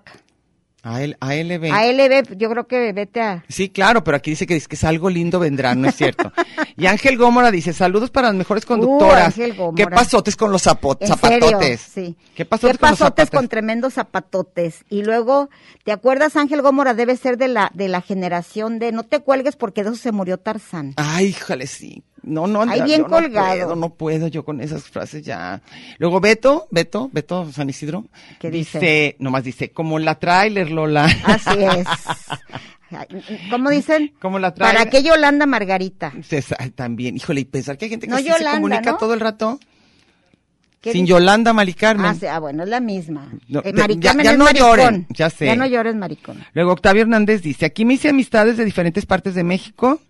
AL- ALB. ALB, yo creo que vete a... Sí, claro, pero aquí dice que, es que es algo lindo vendrá, no es cierto. y Ángel Gómora dice, saludos para las mejores conductoras. Uh, Ángel Gómora. ¿Qué pasotes con los zapo- En zapatotes? serio, sí. ¿Qué ¿Qué pasotes pasotes, con con los zapatos? tremendos zapatotes? Y luego, ¿te acuerdas, Ángel Gómora? Debe ser de la, de la generación de No te cuelgues porque de eso se murió Tarzán. Ay, híjole, sí. No, no, Ahí ya, bien yo colgado. No puedo, no puedo yo con esas frases ya. Luego Beto, Beto, Beto San Isidro. ¿Qué dice? dice? Ah, Nomás dice, como la trailer, Lola. Así es. ¿Cómo dicen? Como la trailer. ¿Para qué Yolanda Margarita? César, también, híjole, y pensar que hay gente que No, así se Yolanda, comunica ¿no? todo el rato. ¿Qué Sin dice? Yolanda, Mari Carmen. Ah, sí, ah, bueno, es la misma. No, Eh, te- Mari ya- Carmen ya es no maricón. lloren, ya sé. Ya no llores, maricón. Luego Octavio Hernández dice, aquí me hice amistades de diferentes partes de México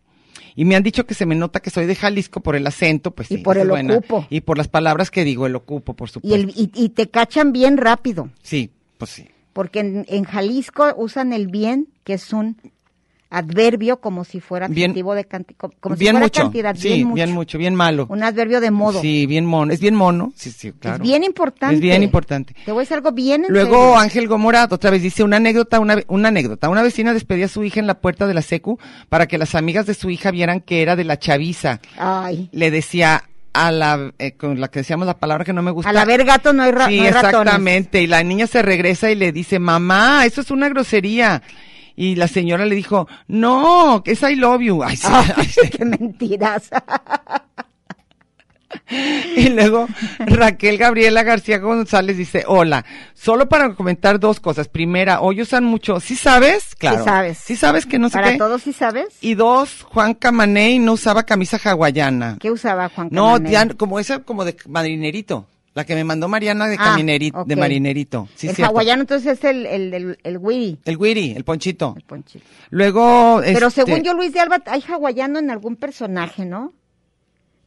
y me han dicho que se me nota que soy de Jalisco por el acento, pues Y sí, por esa el es buena. ocupo. Y por las palabras que digo, el ocupo, por Y, supuesto. el, y, y te cachan bien rápido, Sí, pues sí. porque en, en Jalisco usan el bien, que es un adverbio como si fuera Bien- adjetivo de cántico, como si bien fuera mucho. cantidad, sí, bien mucho. bien malo. Un adverbio de modo. Sí, bien mono. Es bien mono. Sí, sí, claro. Es bien importante. Es bien importante. Te voy a decir algo bien en Luego serio. Ángel Gomora otra vez dice una anécdota, una, ve- una anécdota. Una vecina despedía a su hija en la puerta de la secu para que las amigas de su hija vieran que era de la chaviza. Ay, Le decía a la, eh, con la que decíamos la palabra que no me gusta. al haber gato no hay, ra sí, no hay ratones. exactamente. Y la niña se regresa y le dice, mamá, eso es una grosería. Y la señora le dijo, Ah. no, que es I love you. Ay, sí, ay, sí. Qué mentiras. Y luego Raquel Gabriela García González dice, hola, solo para comentar dos cosas. Primera, hoy usan mucho, ¿sí sabes? Claro. sabes. Sí sabes que no sé Para qué. todos, ¿sí sabes? Y dos, Juan Camaney no usaba camisa hawaiana. ¿Qué usaba Juan No, Camaney? ya, como esa, como de marinerito. La que me mandó Mariana de Ah, caminerito, de ok. marinerito. Sí, el cierto. hawaiano entonces es el, el, el, el wiri, El guiri, el ponchito. el ponchito. Luego, Pero este, según yo, Luis de Alba, hay hawaiano en algún personaje, ¿no?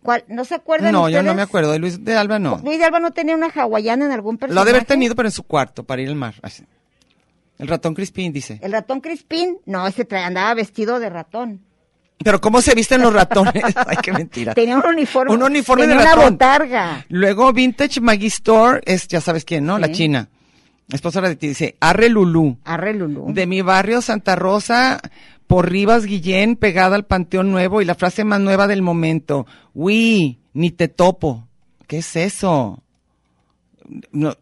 ¿Cuál? ¿No se acuerdan No, yo no ustedes? me acuerdo. de Luis de Alba no. Luis de Alba no tenía una hawaiana en algún personaje. Lo ha de haber tenido, pero en su cuarto, para ir al mar. así. El ratón Crispín dice. El ratón Crispín, no, ese tra- andaba vestido de ratón. Pero ¿cómo se visten los ratones? Ay, qué mentira. Tenía un uniforme. Un uniforme tenía de ratón. una botarga. Luego Vintage Maggie Store es, ya sabes quién, ¿no? La Sí. china. Esposa de ti dice, arre Lulú. Arre Lulú. De mi barrio Santa Rosa, por Rivas Guillén, pegada al Panteón Nuevo y la frase más nueva del momento, uy, ni te topo. ¿Qué es eso? No,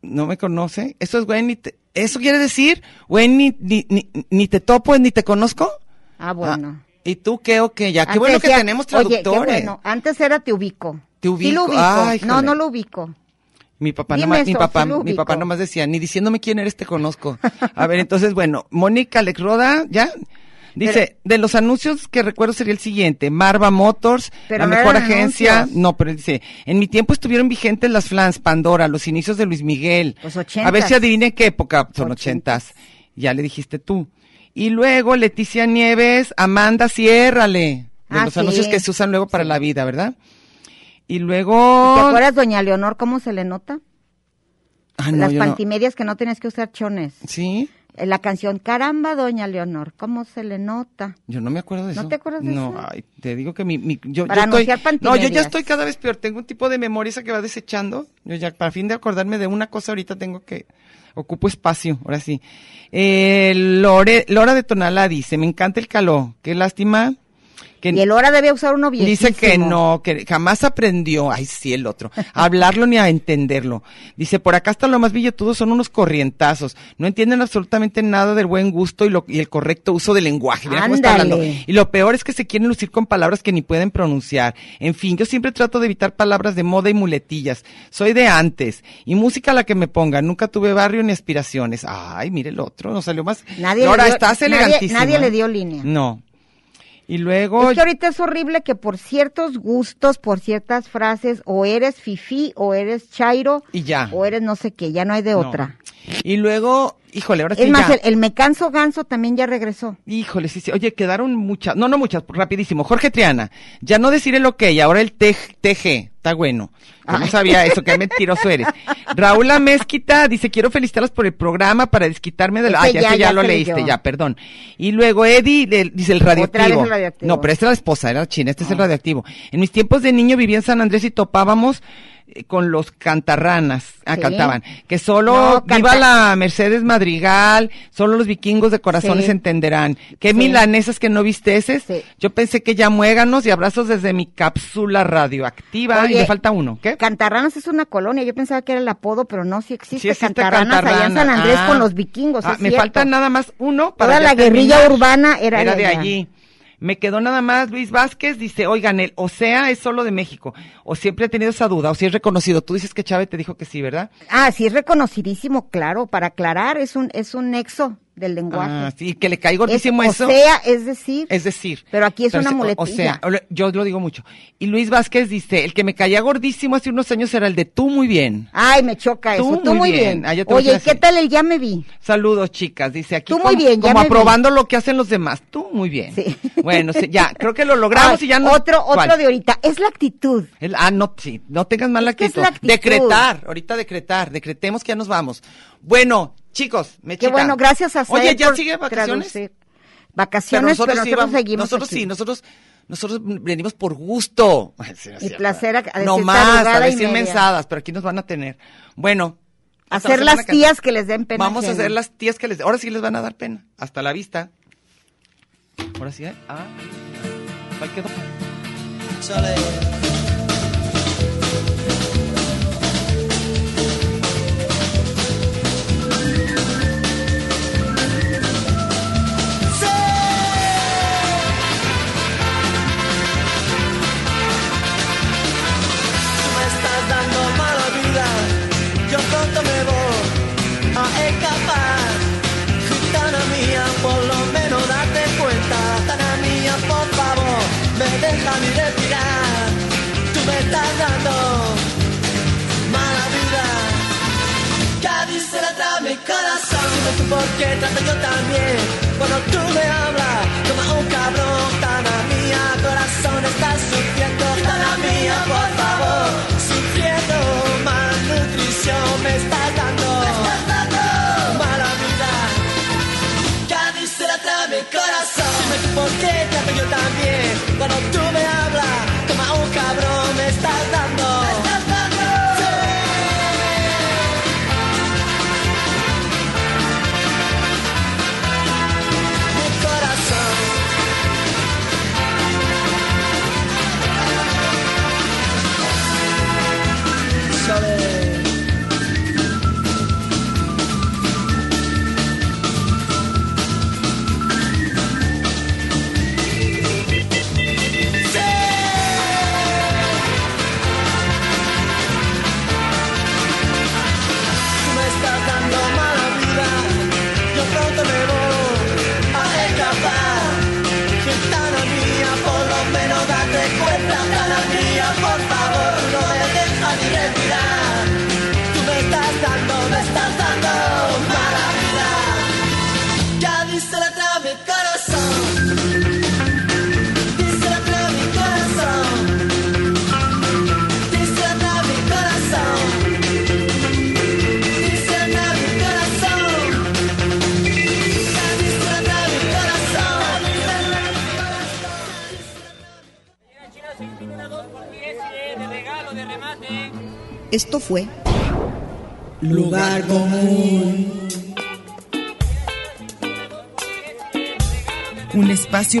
no me conoce. Eso es güey, ni te- ¿Eso quiere decir, güey, ni, ni, ni, ni te topo, es ni te conozco? Ah, bueno. Ah, ¿Y tú qué o qué? Ya, Ah, qué Antes bueno que decía, tenemos "Oye, qué traductores. bueno, Antes era te ubico. Te Sí ubico, lo ubico. ay, no, híjole. no lo ubico. Mi papá, Dime nomás, eso, mi papá, sí lo mi ubico. papá nomás decía, ni diciéndome quién eres te conozco. A ver, entonces, bueno, Mónica Alex Roda, ¿ya? Dice, de los anuncios que recuerdo sería el siguiente, Marva Motors, Pero la no mejor eran agencia, anuncios. no, pero dice, en mi tiempo estuvieron vigentes las flans, Pandora, los inicios de Luis Miguel. Los A ver si Pues ochentas. adivinen qué época son ochentas. Ya le dijiste tú. Y luego Leticia Nieves, Amanda, ciérrale. De Ah, los anuncios sí. que se usan luego para la vida, ¿verdad? Y ¿Te luego... acuerdas, doña Leonor, cómo se le nota? Ah, no, Las yo no. pantimedias que no tenías que usar chones. Sí. Eh, La canción, caramba, doña Leonor, cómo se le nota. Yo no me acuerdo de ¿No eso. te acuerdas de no, eso? ay, te digo que mi, mi- yo, Para yo anunciar estoy, no, yo ya pantimedias. estoy cada vez peor. Tengo un tipo de memoria esa que va desechando. Yo ya para fin de acordarme de una cosa ahorita tengo que ocupo espacio. Ahora sí. Eh, Lore- Lora de Tonalá dice, me encanta el calor. Qué lástima. Que Y el hora debía usar uno bien. Dice que no, que jamás aprendió, ay sí, el otro, a hablarlo ni a entenderlo. Dice, por acá hasta lo más billetudos son unos corrientazos, no entienden absolutamente nada del buen gusto y, lo, y el correcto uso del lenguaje. Mira cómo está Ándale. hablando. Y lo peor es que se quieren lucir con palabras que ni pueden pronunciar. En fin, yo siempre trato de evitar palabras de moda y muletillas. Soy de antes. Y música la que me ponga. Nunca tuve barrio ni aspiraciones. Ay, mire el otro, nos salió más. Nadie le Ahora dio- estás nadie- elegantísima. nadie le ¿eh? dio línea. No. Y luego. Es que ahorita es horrible que por ciertos gustos, por ciertas frases, o eres fifí, o eres chairo, Y ya. o eres no sé qué, ya no hay de No. otra. Y luego, híjole, ahora sí Es más, ya. el, el me canso ganso también ya regresó. Híjole, sí, sí. Oye, quedaron muchas. No, no muchas, rapidísimo. Jorge Triana, ya no decir el ok, ahora el tej- TG. Está bueno. Yo Ah. no sabía eso, qué mentiroso eres. Raúl Mezquita dice, quiero felicitarlas por el programa para desquitarme de lo... Ese Ah, ya, ya, ese ya ya lo se leíste, leyó. ya, perdón. Y luego Eddie le- dice el radioactivo. Otra vez el radioactivo. Ah. No, pero esta es la esposa, era china, este es el radioactivo. En mis tiempos de niño vivía en San Andrés y topábamos eh, con los cantarranas, ah, Sí. cantaban, que solo No, canta- viva la Mercedes Madrigal, solo los vikingos de corazones Sí. entenderán. Qué Sí. milanesas que no visteces. Sí. Yo pensé que ya muéganos y abrazos desde mi cápsula radioactiva. y Oye, me falta uno, ¿qué? Cantarranas es una colonia, yo pensaba que era el apodo, pero no, sí existe, Sí existe Cantarranas allá en San Cantarrana. Andrés Ah. con los vikingos. Ah, es me cierto. falta nada más uno para Toda ya la guerrilla terminar. urbana era, Era de allá. allí. Me quedó nada más Luis Vázquez, dice, oigan, el OSEA es solo de México. O siempre he tenido esa duda, o si es reconocido. Tú dices que Chávez te dijo que sí, ¿verdad? Ah, sí, es reconocidísimo, claro, para aclarar, es un, es un nexo del lenguaje. Ah, sí, que le cae Es- gordísimo eso. O sea, es decir, Es decir. Pero aquí es una se- o- O muletilla. sea, lo- yo lo digo mucho. Y Luis Vázquez dice, el que me caía gordísimo hace unos años era el de tú muy bien. ay, me choca Tú eso. Tú muy muy bien. bien. Ah, yo te voy a Oye, ¿y decir ¿qué así. tal el ya me vi? Saludos, chicas. Dice aquí Tú muy como, bien, ya como me vi. aprobando lo que hacen los demás. Tú muy bien. Sí. Bueno, sí, ya, creo que lo logramos Ay, y ya no. Otro, otro ¿Cuál? de ahorita. Es la actitud. El- ah, no, sí, no tengas mala Es que es actitud. la actitud. Decretar, ahorita decretar, decretemos que ya nos vamos. Bueno, chicos, me Qué bueno, gracias a Oye, Zael ¿ya por sigue vacaciones? traducir. Pero Vacaciones, pero nosotros, vamos- seguimos. Nosotros aquí. sí, nosotros, nosotros venimos por gusto. Y placer a- a no decir más, a tarugada y decir media. mensadas, pero aquí nos van a tener. Bueno. hasta la Hacer las semana que- tías que les den pena. Vamos a ajena. hacer las tías que les... Ahora sí les van a dar pena. Hasta la vista. Ahora sí, ¿eh? Ah, ¿cuál quedó? Sale. porque trato yo también. Cuando tú me hablas, como un cabrón, tana mía, corazón estás sufriendo, tana mía, por favor, sufriendo malnutrición, me estás dando, me estás dando mala vida. Ya dice la trae mi corazón Dime tú por qué te hablo yo también Cuando tú me hablas Toma un cabrón Me estás dando Me estás dando Mi corazón Soledad Tú me estás dando mala vida, yo pronto me voy a escapar. Gitana mía, por lo menos date cuenta, gitana mía, por favor, no me dejas ni respirar. Tú me estás dando, me estás dando mala vida. Ya dice la clave mi corazón. Dice la clave mi corazón. Dice la clave mi corazón. Dice la mi corazón, dice la mi corazón. Esto fue Lugar común. Un espacio